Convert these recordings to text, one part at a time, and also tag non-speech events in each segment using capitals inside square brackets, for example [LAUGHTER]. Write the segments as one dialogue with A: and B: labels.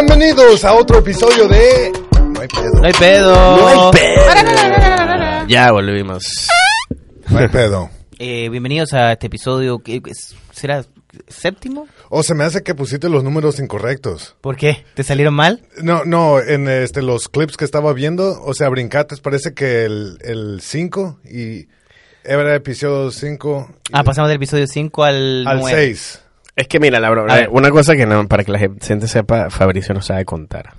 A: Bienvenidos a otro episodio de... No hay pedo.
B: No hay pedo.
C: No hay pedo.
B: Ya volvimos.
A: No hay pedo.
B: Eh, bienvenidos a este episodio. que es- ¿Será séptimo?
A: O Oh, se me hace que pusiste los números incorrectos.
B: ¿Por qué? ¿Te salieron mal?
A: No, no, en este, los clips que estaba viendo, o sea, brincates, parece que el 5 y era episodio 5
C: Eh,
B: Ah, pasamos del episodio 5 al
A: al
B: 9.
A: 6.
C: Es que mira, la broma.
B: A ver.
C: Una cosa que no, para que la gente sepa, Fabricio no sabe contar.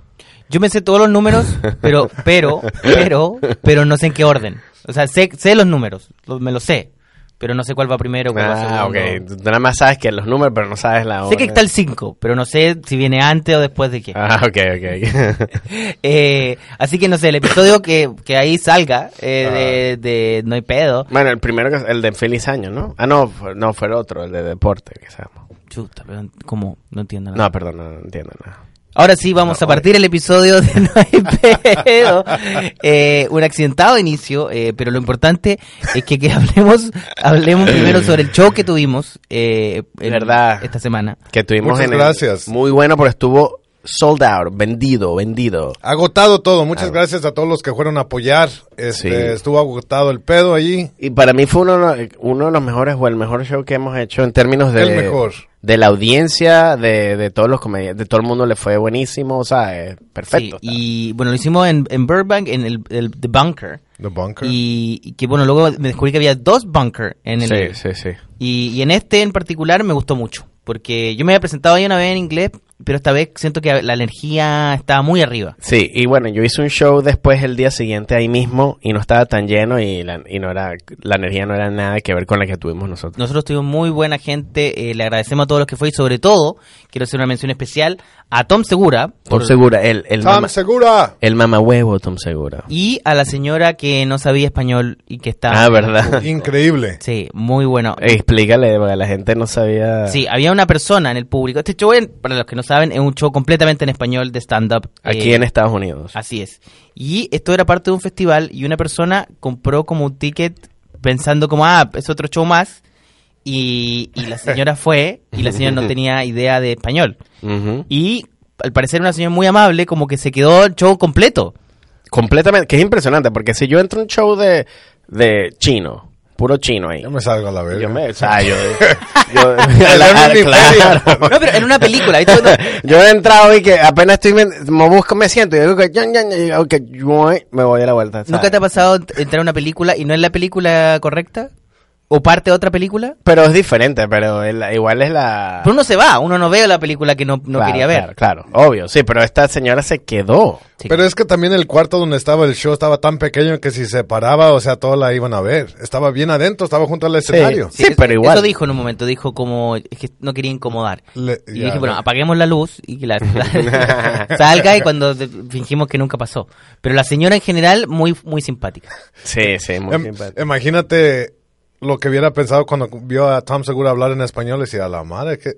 B: Yo me sé todos los
C: [LAUGHS]
B: números, pero, pero, pero, pero no sé en qué orden. O sea, sé, sé los números, lo- me los sé, pero no sé cuál va primero, cuál va
C: Ah, ok.
B: segundo.
C: Tú nada más sabes que los números, pero no sabes la hora.
B: Sé que está el 5, pero no sé si viene antes o después de qué.
C: Ah, ok, ok.
B: [LAUGHS] Eh, así que no sé, el episodio que, que ahí salga
C: Ah.
B: eh, de, de No hay pedo.
C: bueno, el primero, que- el de Feliz Año, ¿no? Ah, no, fue- no, fue el otro, el de deporte, que sabemos.
B: Chuta, pero ¿cómo? No entiendo nada.
C: No, perdón, no, no entiendo nada.
B: Ahora sí, vamos a partir el episodio de [LAUGHS] No hay pedo. Eh, un accidentado inicio, eh, pero lo importante es que, que hablemos hablemos primero sobre el show que tuvimos eh, en-
C: Verdad.
B: esta semana.
C: Que tuvimos
A: Muchas
C: en el-
A: gracias.
C: muy bueno, pero estuvo sold out, vendido, vendido.
A: Agotado todo, muchas
C: Ah.
A: gracias a todos los que fueron a apoyar. Este,
C: Sí.
A: Estuvo agotado el pedo allí.
C: Y para mí fue uno, de los- uno de los mejores o el mejor show que hemos hecho en términos de...
A: El mejor.
C: De la audiencia, de, de todos los comediantes, de todo el mundo le fue buenísimo, o sea, eh,
B: Sí,
C: perfecto.
B: y bueno, lo hicimos en, en Burbank, en el, el- The Bunker.
A: The Bunker.
B: Y, y que bueno, luego me descubrí que había dos Bunker en el...
C: sí, sí, sí.
B: Y, y en este en particular me gustó mucho, porque yo me había presentado ahí una vez en inglés, pero esta vez siento que la energía estaba muy arriba.
C: Sí, y bueno, yo hice un show después el día siguiente ahí mismo y no estaba tan lleno y la, y no era, la energía no era nada que ver con la que tuvimos nosotros.
B: Nosotros tuvimos muy buena gente, eh, le agradecemos a todos los que fue y sobre todo quiero hacer una mención especial a Tom Segura
C: Tom Segura, el, el,
A: Tom
C: mama, [LAUGHS]
A: Segura.
C: el mamahuevo Tom Segura.
B: y a la señora que no sabía español y que está...
C: Ah, Eh, ¿verdad?
A: Increíble.
B: Sí, muy bueno.
C: Explícale, porque la gente no sabía...
B: Sí, había una persona en el público. Este show, en- para los que no saben, es un show completamente en español de stand-up.
C: Aquí
B: eh,
C: en Estados Unidos.
B: Así es. Y esto era parte de un festival y una persona compró como un ticket pensando como, ah, es otro show más. Y, y la
C: [LAUGHS]
B: señora fue y la señora no tenía idea de español.
C: Ujú.
B: Y al parecer una señora muy amable, como que se quedó el show
C: [LAUGHS]
B: completo.
C: Completamente, que es impresionante, porque si yo entro a un show de, de chino, puro chino ahí.
A: Yo me salgo a la verga.
C: Yo me, o sea, [LAUGHS] yo, yo-
A: Era un
C: claro.
B: No, pero en una película. ¿viste?
C: [LAUGHS]
B: Cuando-
C: Yo he entrado y que apenas estoy, me, me busco, me siento y digo que ya, ya, ya, ok, yo voy, me voy a la vuelta. ¿sabes?
B: ¿Nunca te ha pasado entrar a una película y no es la película correcta? ¿O parte de otra película?
C: Pero es diferente, pero es la- igual es la...
B: Pero uno se va, uno no ve la película que no, no
C: Claro,
B: quería ver.
C: Claro, claro, obvio, sí, pero esta señora se quedó.
B: Sí.
A: Pero es que también el cuarto donde estaba el show estaba tan pequeño que si se paraba, o sea, todos la iban a ver. Estaba bien adentro, estaba junto al escenario.
C: Sí, pero
B: eso-
C: igual.
B: Eso dijo en un momento, dijo como es que no quería incomodar.
A: Le-
B: Y
A: ya,
B: dije, bueno,
A: le-
B: apaguemos la luz y que la,
C: [LAUGHS]
B: la- [LAUGHS] salga y cuando de- fingimos que nunca pasó. Pero la señora en general, muy muy simpática.
C: Sí, sí, muy
A: Em-
C: simpático.
A: imagínate lo que hubiera pensado cuando vio a Tom Segura hablar en español y decía, a la madre,
B: [LAUGHS]
A: que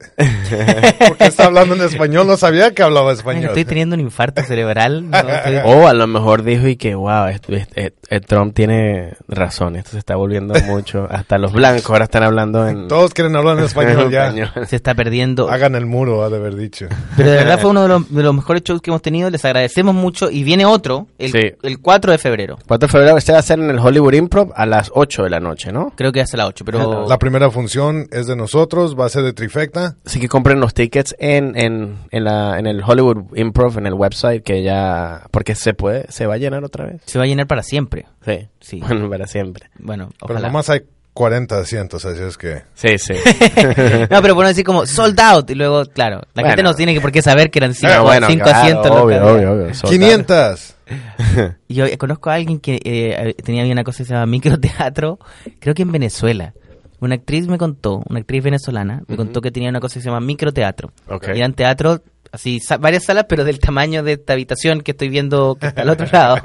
A: ¿por qué está hablando en español? No sabía que hablaba
B: Bueno,
A: español.
B: estoy teniendo un infarto cerebral. no,
C: [LAUGHS]
B: estoy-
C: O a lo mejor dijo y que, wow, est- est- est- eh, Trump tiene razón, esto se está volviendo mucho. Hasta los blancos ahora están hablando en...
A: Todos quieren hablar
B: [LAUGHS]
A: en español ya.
C: español.
B: Se está perdiendo.
C: Ah,
A: Hagan el muro, ha de haber dicho.
C: [LAUGHS]
B: Pero de verdad fue uno de los, de los mejores shows que hemos tenido. Les agradecemos mucho. Y viene otro, el,
C: Sí.
B: el 4 de febrero.
C: 4 de febrero se va a hacer en el Hollywood Improv a las 8 de la noche, ¿no?
B: Creo que hasta las 8, pero...
A: La primera función es de nosotros, va a ser de trifecta.
C: Así que compren los tickets en, en, en, la, en el Hollywood Improv, en el website, que ya... Porque se puede, se va a llenar otra vez.
B: Se va a llenar para siempre.
C: Sí,
B: Sí.
C: Bueno, para siempre.
B: Bueno,
A: Pero
B: ojalá. [LAUGHS]
A: nomás hay 40 asientos, así es que...
C: Sí, [LAUGHS] sí.
B: No, pero por no decir como sold out y luego, claro, la
C: Bueno.
B: gente no tiene que por qué saber que eran cinco,
C: Pero
B: cinco
C: claro,
B: asientos. en los
C: Obvio,
B: carros.
C: obvio, obvio. Sold out.
A: 500.
B: Y yo eh, conozco a alguien que eh, tenía había una cosa que se llama microteatro, creo que en Venezuela. Una actriz me contó, una actriz venezolana, me contó que tenía una cosa que se llama microteatro.
C: Ok.
B: Y eran teatros, así, sa- varias salas, pero del tamaño de esta habitación que estoy viendo que está al otro lado.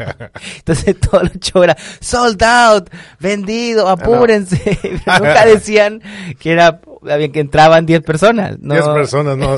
B: Entonces todos los shows eran sold out, vendido, apúrense. [LAUGHS] Pero Nunca decían que era había- que entraban 10 personas. No,
A: 10 personas, ¿no?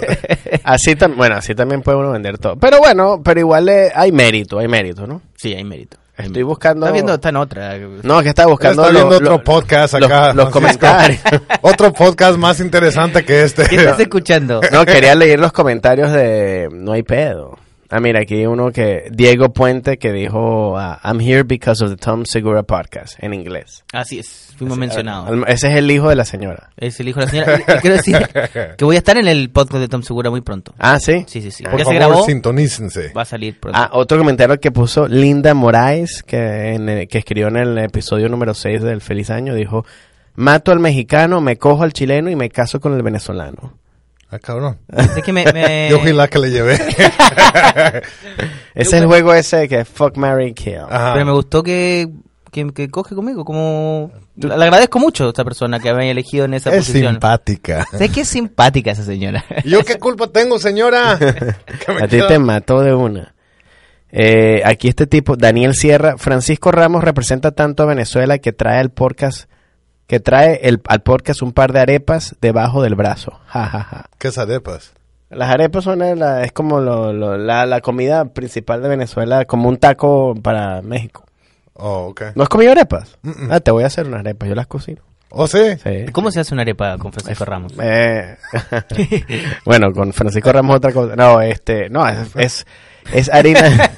C: Así tam- bueno, así también puede uno vender todo. Pero bueno, pero igual eh, hay mérito, hay mérito, ¿no?
B: Sí, hay mérito.
C: Estoy buscando.
B: Está viendo, está en otra.
C: No, que estaba buscando.
A: Está
C: lo-
A: viendo
C: lo-
A: otro podcast acá.
C: los-
A: [LAUGHS]
C: los
A: Francisco.
C: comentarios.
A: otro podcast más interesante que
B: ¿Qué
A: este. [LAUGHS]
B: estás escuchando?
C: No, quería leer los comentarios de No hay pedo. Ah, mira, aquí hay uno que. Diego Puente que dijo: ah, I'm here because of the Tom Segura podcast. En inglés.
B: Así es, fuimos
C: Ah,
B: mencionados.
C: Ese es el hijo de la señora.
B: Es el hijo de la señora. Y- y quiero decir que voy a estar en el podcast de Tom Segura muy pronto.
C: Ah, sí.
B: Sí, sí, sí.
A: Por
B: ya
A: favor,
B: se grabó,
A: sintonícense.
B: va a salir pronto.
C: Ah, otro comentario que puso Linda Moraes, que, en el- que escribió en el episodio número 6 del Feliz Año, dijo, mato al mexicano, me cojo al chileno y me caso con el venezolano.
A: Ah, cabrón.
B: Es que me... me-
A: [LAUGHS] Yo fui la que le llevé.
C: Ese es el juego ese que es Fuck, Mary Kill.
A: Ajá.
B: Pero me gustó que, que, que coge conmigo, como... Le agradezco mucho a esta persona que me haya elegido en esa
A: es
B: posición.
A: simpática.
B: Sé que es simpática
A: [LAUGHS]
B: esa señora.
A: ¿Yo qué culpa tengo, señora?
C: [LAUGHS]
A: Que me
C: A ti
A: quiera-
C: te mató de una. Eh, aquí este tipo, Daniel Sierra, Francisco Ramos representa tanto a Venezuela que trae al podcast, que trae el, al podcast un par de arepas debajo del brazo. Ja, ja, ja.
A: ¿Qué es arepas?
C: Las arepas son la, es como lo- lo- la, la comida principal de Venezuela, como un taco para México.
A: Oh, ok.
C: ¿No has comido arepas?
A: Mm-mm.
C: Ah, te voy a hacer unas arepas, yo las cocino.
A: ¿Oh, sí?
C: Sí. [LAUGHS]
B: ¿Cómo se hace una arepa con Francisco Ramos?
C: Eh, [LAUGHS] bueno, con Francisco Ramos otra cosa. No, este, no, es, es, es [LAUGHS] harina.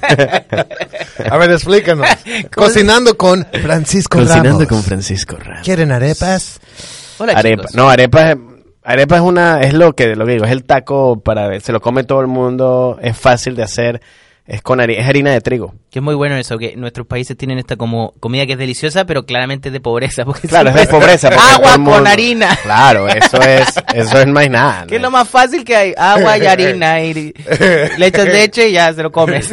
A: A ver, explícanos. Cocinando con Francisco Ramos.
C: Francisco Ramos.
A: ¿Quieren arepas?
B: [LAUGHS] Hola,
C: arepa.
B: chicos.
C: No, arepa es, arepa es una, es lo que, lo que digo, es el taco para, se lo come todo el mundo, es fácil de hacer, es con harina, es harina de trigo.
B: Que es muy bueno eso, que nuestros países tienen esta como comida que es deliciosa, pero claramente es de pobreza. Porque
C: Claro, es
B: siempre
C: de pobreza. porque todo
B: Agua
C: el mundo-
B: con harina.
C: Claro, eso es, eso es
B: [LAUGHS]
C: más nada.
B: Que es lo más fácil que hay. Agua y harina. Y le echas leche y ya se lo comes.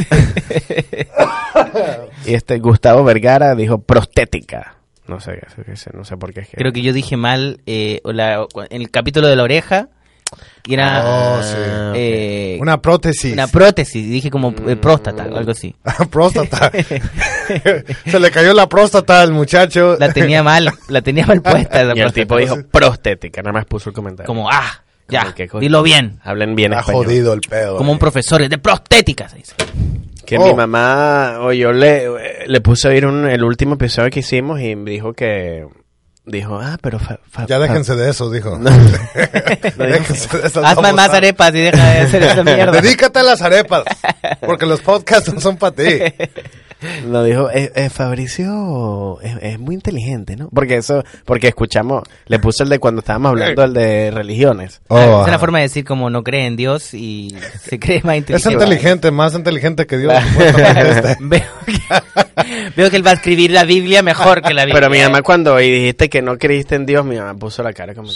C: Y este Gustavo Vergara dijo prostética. No sé, qué sé, no sé por qué es
B: [LAUGHS]
C: que.
B: Creo que yo dije mal eh, o la- o- en el capítulo de la oreja. Que era
A: Oh, sí.
B: eh,
A: Una prótesis.
B: una prótesis. Dije como eh, próstata o algo así.
A: [LAUGHS]
B: [LAUGHS]
A: próstata. Se le cayó la próstata al muchacho.
B: La tenía mal. La tenía mal puesta. esa
C: [LAUGHS] Y el
B: próstata.
C: tipo dijo prostética, nada más puso el comentario.
B: Como, ah, ya.
C: Como, ¿qué coño?
B: Dilo bien.
C: Hablen bien
A: Está
C: español.
A: jodido el pedo.
B: Como un profesor. De prostética, se dice.
C: Que
A: Oh.
C: mi mamá, o yo le, le puse a oír un- el último episodio que hicimos y dijo que. Dijo, ah, pero. fa- fa-
A: Ya
C: fa-
A: déjense de eso, dijo. [LAUGHS]
C: No.
A: déjense de esas
B: Hazme más
A: babosadas.
B: arepas y deja de
A: [LAUGHS]
B: hacer esa mierda.
A: Dedícate a las arepas, porque los podcasts no son para
B: [LAUGHS]
A: ti.
C: Lo dijo, eh, eh, Fabricio es, es muy inteligente, ¿no? Porque eso, porque escuchamos, le puse el de cuando estábamos hablando, el de religiones.
A: Oh,
B: Esa es
A: ajá.
B: la forma de decir como no cree en Dios y se cree más
A: Es
B: inteligente.
A: inteligente, más inteligente que Dios.
B: [LAUGHS]
A: supuestamente.
B: veo, que, veo que él va a escribir la Biblia mejor que la Biblia.
C: Pero mi mamá cuando hoy dijiste que no creíste en Dios, mi mamá puso la cara como que...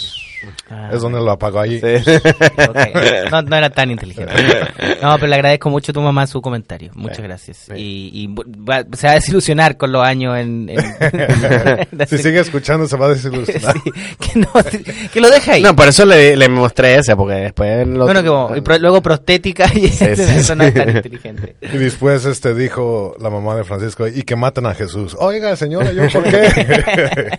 B: Ah,
A: es donde lo apagó ahí.
B: ok. no, no era tan inteligente. No, pero le agradezco mucho a tu mamá su comentario. Muchas gracias. Y, y va- se va a desilusionar con los años en...
C: [LAUGHS]
A: [LAUGHS]
B: en-
A: Si sigue escuchando se va a desilusionar.
B: Sí, que, no, que lo deje ahí.
C: No, por eso le, le mostré ese, porque después... Lo...
B: bueno, que como- y pro- luego prostética y
C: Sí, sí,
B: eso no es tan
C: sí.
B: inteligente.
A: Y después este dijo la mamá de Francisco, y que maten a Jesús. Oiga, señora, ¿yo por qué?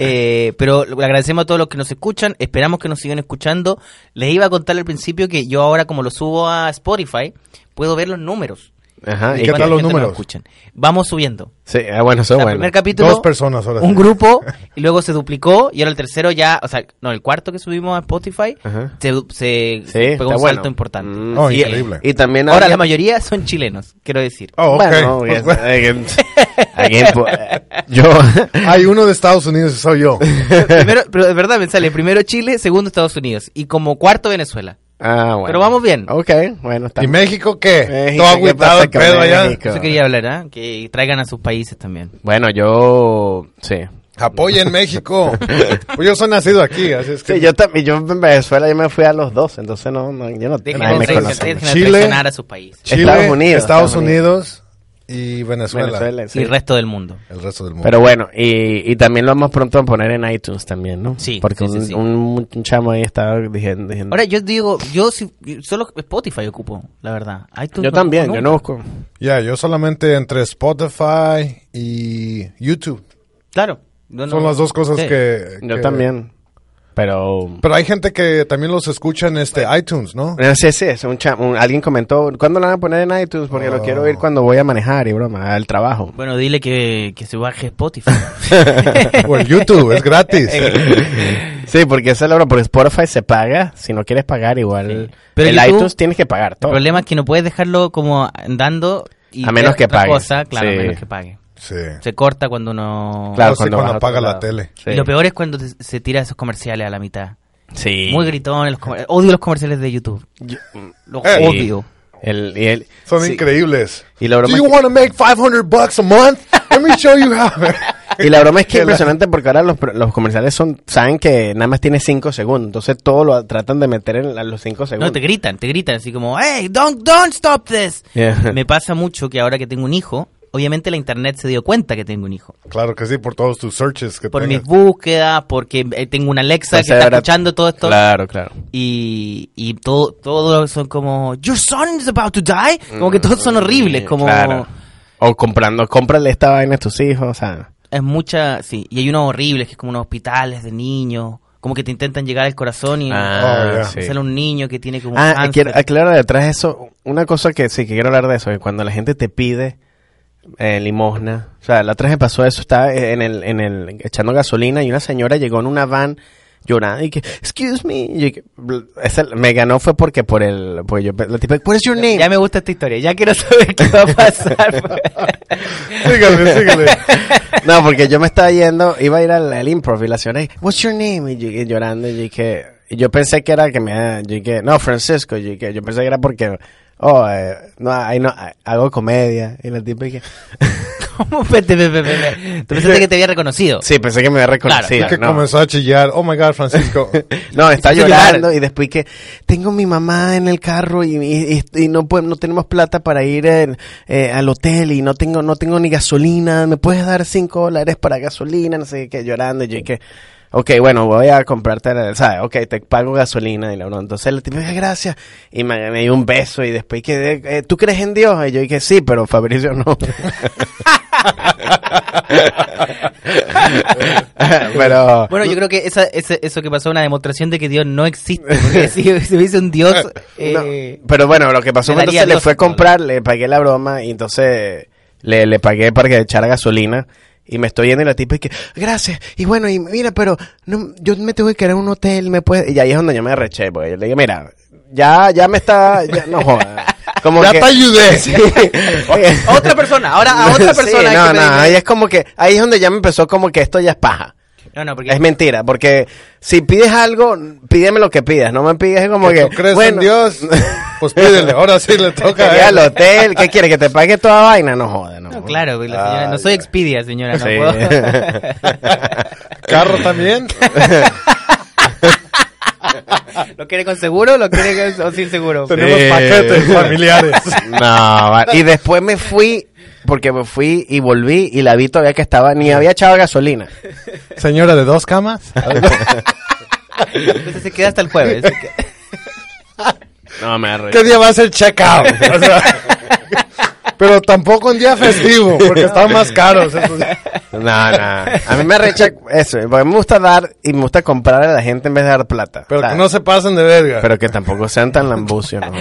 B: Eh, pero le agradecemos a todos los que nos escuchan, esperamos que nos sigan escuchando. Les iba a contar al principio que yo ahora como lo subo a Spotify, puedo ver los números.
C: Ajá,
A: Ah, ¿Y
C: y
A: qué
C: que-
B: cuánta
A: tal los
B: gente nos
A: números?
B: escuchan. Vamos subiendo.
C: Sí, ah, bueno, eso
B: O
C: es
B: sea,
C: bueno.
B: primer [LAUGHS] capítulo,
A: Dos personas ahora. sí.
B: un grupo, y luego se duplicó, y ahora el tercero ya, o sea, no, el cuarto que subimos a Spotify,
C: Ajá.
B: se, du- se
C: Sí,
B: pegó
C: está
B: un
C: bueno.
B: salto importante.
C: Mm,
A: Oh,
C: y-
A: increíble.
C: Y, también...
B: Ahora,
C: alguien-
B: la mayoría son chilenos, quiero
A: [LAUGHS]
B: decir.
A: Oh, ok.
B: [LAUGHS]
C: Bueno,
A: Pues,
C: alguien- alguien- alguien po- eh, yo... [LAUGHS] ah,
A: Hay uno de Estados Unidos y soy yo.
B: primero, pero de verdad me sale primero Chile, segundo Estados Unidos, y como cuarto Venezuela.
C: Ah, bueno.
B: Pero vamos bien.
C: Ok, bueno, está
A: ¿Y México qué?
C: México,
A: Todo
C: ¿qué pasa
A: agüitado el
C: con
A: pedo allá.
C: México?
B: Eso quería hablar, ¿ah? Que traigan a sus países también.
C: Bueno, yo... Sí.
A: Apoyen
C: [LAUGHS]
A: México. Pues yo soy nacido aquí, así es que...
C: Sí, yo también, yo en Venezuela yo me fui a los dos, entonces no, no yo no
B: Dejen
C: nadie me
B: de
A: México,
B: traicionar-
C: conoce.
A: Chile,
B: dejen de traicionar a sus países.
A: Chile,
C: Estados Unidos,
A: Estados
C: Estados Unidos.
A: Unidos y Venezuela.
C: Venezuela, sí.
B: Y el resto del mundo.
A: El resto del mundo.
C: Pero bueno, y, y también lo vamos pronto a poner en iTunes también, ¿no?
B: Sí,
C: Porque
B: sí, sí,
C: un,
B: sí.
C: un- un chamo ahí estaba diciendo... diciendo-
B: Ahora, yo digo, yo si- solo Spotify ocupo, la verdad. iTunes
C: yo
B: no
C: también,
B: ocupo
C: yo no
B: nunca.
C: busco.
A: Ya, yo solamente entre Spotify y YouTube.
B: Claro. yo no-
A: Son las dos cosas
B: Sí.
A: que,
C: Yo
A: que-
C: también. Pero...
A: Pero hay gente que también los escucha en este iTunes,
C: [LAUGHS]
A: ¿no?
C: Eh, Sí, sí, es un cha- un- alguien comentó, ¿cuándo lo van a poner en iTunes? Porque lo
A: Oh.
C: quiero oír cuando voy a manejar y broma, al trabajo.
B: Bueno, dile que, que se baje
C: [LAUGHS]
B: Spotify.
A: O en YouTube, es gratis. Eh.
C: [LAUGHS] Sí, porque esa es la broma, porque Spotify se paga, si no quieres pagar igual.
B: Sí. Pero
C: el
B: YouTube-
C: iTunes tienes que pagar
B: El
C: todo.
B: problema es que no puedes dejarlo como andando y
C: A menos
B: ver
C: que
B: otra
C: pagues.
B: cosa, claro,
C: Sí.
B: a menos que pague.
A: Sí.
B: Se corta cuando no...
C: Claro,
A: No sé
C: cuando
A: Oh, cuando
C: vas a otro
A: apaga la
C: lado.
A: tele.
C: Sí.
B: Y lo peor es cuando te- se tira esos comerciales a la mitad.
C: Sí.
B: Muy gritones. los comer- Odio los comerciales de YouTube. Los
A: Eh.
B: odio.
C: El- y el-
A: Son
C: sí.
A: increíbles.
C: Y la
A: Do
C: broma
A: you
C: es
A: want to make 500 bucks a month? Let me show you how.
C: que, [LAUGHS] y la broma
A: [LAUGHS]
C: es que
A: que
C: es
A: la-
C: impresionante porque ahora los, los comerciales son saben que nada más tiene 5 segundos, entonces todo lo tratan de meter en la- los 5
B: No,
C: segundos.
B: te gritan, te gritan así como, hey, don't, don't stop
C: [LAUGHS]
B: this.
C: Yeah.
B: Me pasa mucho que ahora que tengo un hijo, obviamente la internet se dio cuenta que tengo un hijo.
A: claro que sí, por todos tus searches que
B: Por mis
A: tengas.
B: búsquedas, porque eh, tengo una Alexa
C: Entonces
B: que está
C: Pues ahora-
B: escuchando todo esto.
C: Claro, claro.
B: Y, y todo, todos son como, your son is about to die. Como que todos son horribles, como...
C: Mm, Claro. O comprando, cómprale esta vaina a tus hijos, o sea,
B: Es mucha, sí. Y hay unos horribles, que es como unos hospitales de niños, como que te intentan llegar al corazón y...
A: Ah, ya.
C: sí.
B: Oh, sale un niño que tiene como un
C: Ah,
B: cáncer.
C: quiero aclarar detrás de eso, una cosa que sí, que quiero hablar de eso, que cuando la gente te pide eh, limosna, o sea, la otra vez me pasó eso, estaba en el, en el, echando gasolina y una señora llegó en una van llorando y que, excuse me, y yo que, bl- esa- me ganó fue porque por el, pues yo, la tipa, what is your name?
B: Ya me gusta esta historia, ya quiero saber qué va a
C: [LAUGHS]
B: pasar.
A: Sígale, sígale.
C: No, porque yo me estaba yendo, iba a ir al, al improv y la señora, what's your name? Y yo y llorando, y yo dije, y yo pensé que era que me, yo dije, no, Francisco, yo dije, yo pensé que era porque, oh, eh, no, ahí no, ah, hago comedia, y la tipa dije,
B: ¿Cómo? este Vete, vete, vete, vete. Tú pensaste que te había reconocido.
C: sí, pensé que me había
A: Y
C: reconocido,
A: que
C: no.
A: comenzó a chillar. Oh my God,
C: [LAUGHS]
A: Francisco.
C: No,
B: Empezó
C: está
B: a
C: llorando
B: llorar.
C: y después que tengo mi mamá en el carro y, y- y- y no podemos, no tenemos plata para ir en- eh, al hotel y no tengo no tengo ni gasolina. ¿Me puedes dar cinco dólares para gasolina? No sé qué, llorando. Y yo que, ok, bueno, voy a comprarte, la- ¿sabes? Ok, te pago gasolina. Y la broma. Entonces le tipo, "Ay, gracias. Y me, me dio un beso y después que, eh, eh, ¿tú crees en Dios? Y yo dije, sí, pero Fabricio no. [LAUGHS] pero...
B: Bueno, yo creo que esa, ese- eso que pasó es una demostración de que Dios no existe. Porque
C: [LAUGHS]
B: si, si hubiese un Dios. eh,
C: No, pero bueno, lo que pasó
B: le
C: fue
B: daría
C: entonces le
B: dos
C: fue a
B: dólares.
C: comprar, le pagué la broma y entonces le, le pagué para que echara gasolina. Y me estoy yendo y la tipa y que, gracias. Y bueno, y mira, pero no, yo me tengo que quedar en un hotel, me puede... Y ahí es donde yo me arreché, porque yo le dije, mira, ya, ya me está, ya, no jodas. Como
A: ya
C: que- [LAUGHS]
A: te ayudé.
B: a otra persona, ahora a otra
C: Sí,
B: persona. hay
C: no,
B: que
C: no,
B: pedirle-
C: ahí es como que, ahí es donde ya me empezó como que esto ya es paja.
B: no, no, porque.
C: Es mentira, porque si pides algo, pídeme lo que pidas, no me pides como que...
A: ¿Tú crees
C: bueno,
A: en Dios? Pues
C: [LAUGHS]
A: pídele. Ahora sí le toca ¿eh?
C: Ya
A: a él.
C: al hotel, ¿qué quiere? ¿Que te pague toda vaina? No joda, no.
B: no, claro, porque la señora-
A: Ah,
B: no soy
A: ya.
B: Expedia, señora. No
C: Sí. [LAUGHS]
B: puedo.
A: ¿Carro también?
B: ¿Lo quiere con seguro lo quiere con, o sin seguro?
A: [LAUGHS] Tenemos
C: Sí.
A: paquetes familiares.
C: [LAUGHS] No, va- y después me fui, porque me fui y volví y la vi todavía que estaba, ni había
A: [LAUGHS]
C: echado gasolina.
A: Señora de dos camas.
B: Entonces se queda hasta el jueves. se queda-
C: No, me
A: ¿Qué día va a ser check-out? O
C: [LAUGHS]
A: sea, pero tampoco un día festivo, porque están más caros. esos días.
C: No, no. A mí me arrecha eso, porque me gusta dar y me gusta comprar a la gente en vez de dar plata.
A: Pero que
C: ¿sabes?
A: no se pasen de verga.
C: Pero que tampoco sean tan lambucios, ¿no?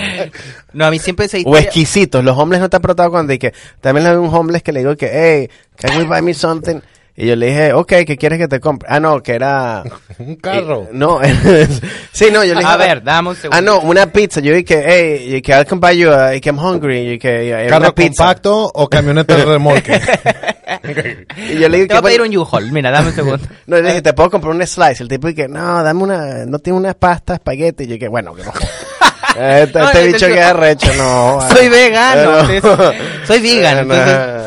B: No, a mí siempre se
C: O exquisitos. Los hombres no te han protado cuando dije. También le vi un homeless que le digo que, hey, can we buy me something? Y yo le dije, ok, ¿qué quieres que te compre? Ah, no, que era.
A: un [LAUGHS] carro.
C: Eh, no, [LAUGHS] sí, no, yo le dije.
B: A ver, dame un segundo.
C: Ah, no, una pizza. Yo dije, hey, yo dije, I can buy you, a- I am hungry. Yo dije, eh, una
A: ¿Carro
C: pizza.
A: compacto o camioneta de remolque?
C: Y yo le dije,
B: Te va a
C: bueno,
B: pedir un U-Haul. Mira, dame un segundo.
C: No, yo le dije, te puedo comprar un slice. El tipo dije, no, dame una, no tiene una pasta, espagueti. Y yo dije,
B: [LAUGHS]
C: bueno, que no. Este,
B: No,
C: este
B: yo-
C: bicho
B: yo-
C: que es recho,
B: [LAUGHS]
C: no. vale.
B: Soy vegano.
C: Eh,
B: entonces, soy vegan.
C: Eh, no,
B: entonces-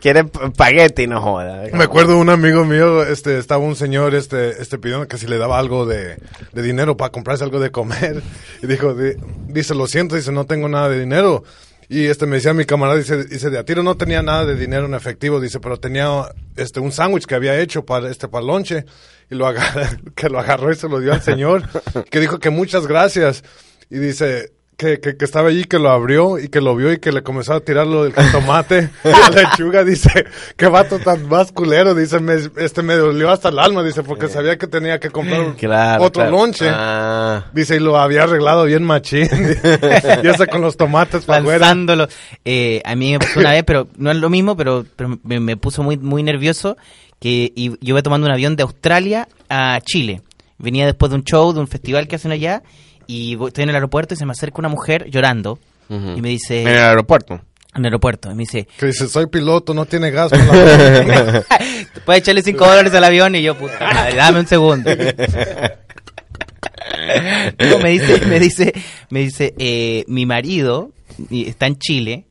C: Quiere p- espagueti, no joda.
A: Me acuerdo un amigo mío, este, estaba un señor, este, este pidiendo que si le daba algo de, de dinero para comprarse algo de comer. Y dijo, di- dice, lo siento, dice, no tengo nada de dinero. Y este me decía mi camarada, dice, dice, de a tiro no tenía nada de dinero en efectivo, dice, pero tenía este un sándwich que había hecho para este para lonche y lo [LAUGHS] agarra- que lo agarró y se lo dio al señor, que dijo que muchas gracias. Y dice, que, que, que estaba allí, que lo abrió y que lo vio y que le comenzó a tirar lo
C: [LAUGHS]
A: del tomate y la lechuga, dice, qué vato tan más culero, dice, me, este me dolió hasta el alma, dice, porque sabía que tenía que comprar
C: [LAUGHS] Claro.
A: otro
C: claro.
A: lonche.
C: Ah.
A: Dice, y lo había arreglado bien
C: [LAUGHS]
A: machín, [LAUGHS] y ese con los tomates para afuera.
B: lanzándolo. Eh, a mí me pasó una vez, pero no es lo mismo, pero, pero me, me puso muy, muy nervioso que y yo iba tomando un avión de Australia a Chile. Venía después de un show, de un festival que hacen allá, y voy- estoy en el aeropuerto y se me acerca una mujer llorando
C: Ujú.
B: y me dice,
C: En el aeropuerto.
B: en el aeropuerto, y me dice,
A: Que dice, soy piloto, no tiene gas. [LAUGHS] por la-
B: [LAUGHS] puedes echarle 5 dólares al avión y yo, puta madre, dame un segundo. No, me dice, me dice, me dice, eh, mi marido y- está en Chile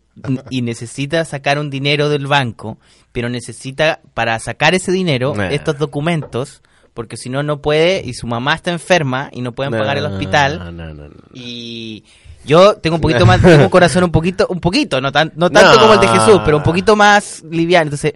B: y necesita sacar un dinero del banco, pero necesita para sacar ese dinero
C: Nah.
B: estos documentos, porque si no, no puede y su mamá está enferma y no pueden pagar el hospital.
C: No, no, no, no.
B: Y yo tengo un poquito más, tengo un corazón un poquito, un poquito, no, tan, no tanto
C: No.
B: como el de Jesús, pero un poquito más liviano. Entonces,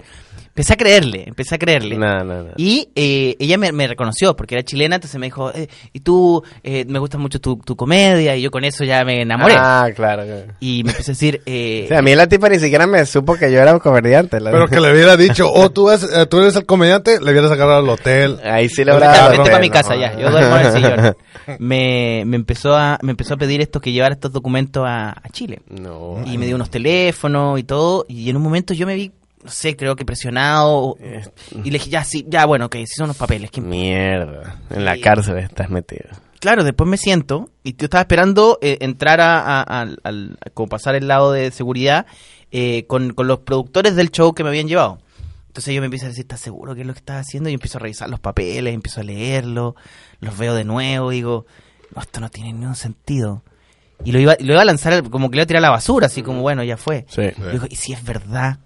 B: empecé a creerle, empecé a creerle.
C: No, no, no.
B: Y eh, ella me, me reconoció porque era chilena, entonces me dijo, eh, y tú, eh, me gusta mucho tu, tu comedia, y yo con eso ya me enamoré.
C: Ah, claro. claro.
B: Y me empecé a decir, eh,
C: O sea, a mí la tipa ni siquiera me supo que yo era un comediante. la-
A: Pero que le hubiera dicho, oh, tú, es- eh, tú eres el comediante, le hubieras agarrado al hotel.
C: Ahí sí le
B: Yo
C: hablaba.
B: estaba
C: a
B: frente
C: Roberto.
B: para mi casa ya,
C: [LAUGHS]
B: yo duermo en el sillón. Me, me empezó a, me empezó a pedir esto que llevara estos documentos a- a Chile.
C: No.
B: Y me dio unos teléfonos y todo. Y en un momento yo me vi, no sé, creo que presionado.
C: Este,
B: Y le dije, ya, sí, ya, bueno, ok, sí son los papeles. que-
C: Mierda. En
B: Y-
C: la cárcel estás metido.
B: Claro, después me siento y yo estaba esperando eh, entrar a, a- al- al- como pasar el lado de seguridad eh, con, con los productores del show que me habían llevado. Entonces yo me empiezo a decir, ¿estás seguro que es lo que estás haciendo? Y empiezo a revisar los papeles, empiezo a leerlos, los veo de nuevo, digo, no, esto no tiene ningún sentido. Y lo iba, lo iba a lanzar, al- como que lo iba a tirar a la basura, así como, bueno, ya fue.
C: Sí.
A: Sí.
B: Yo digo, y si es verdad,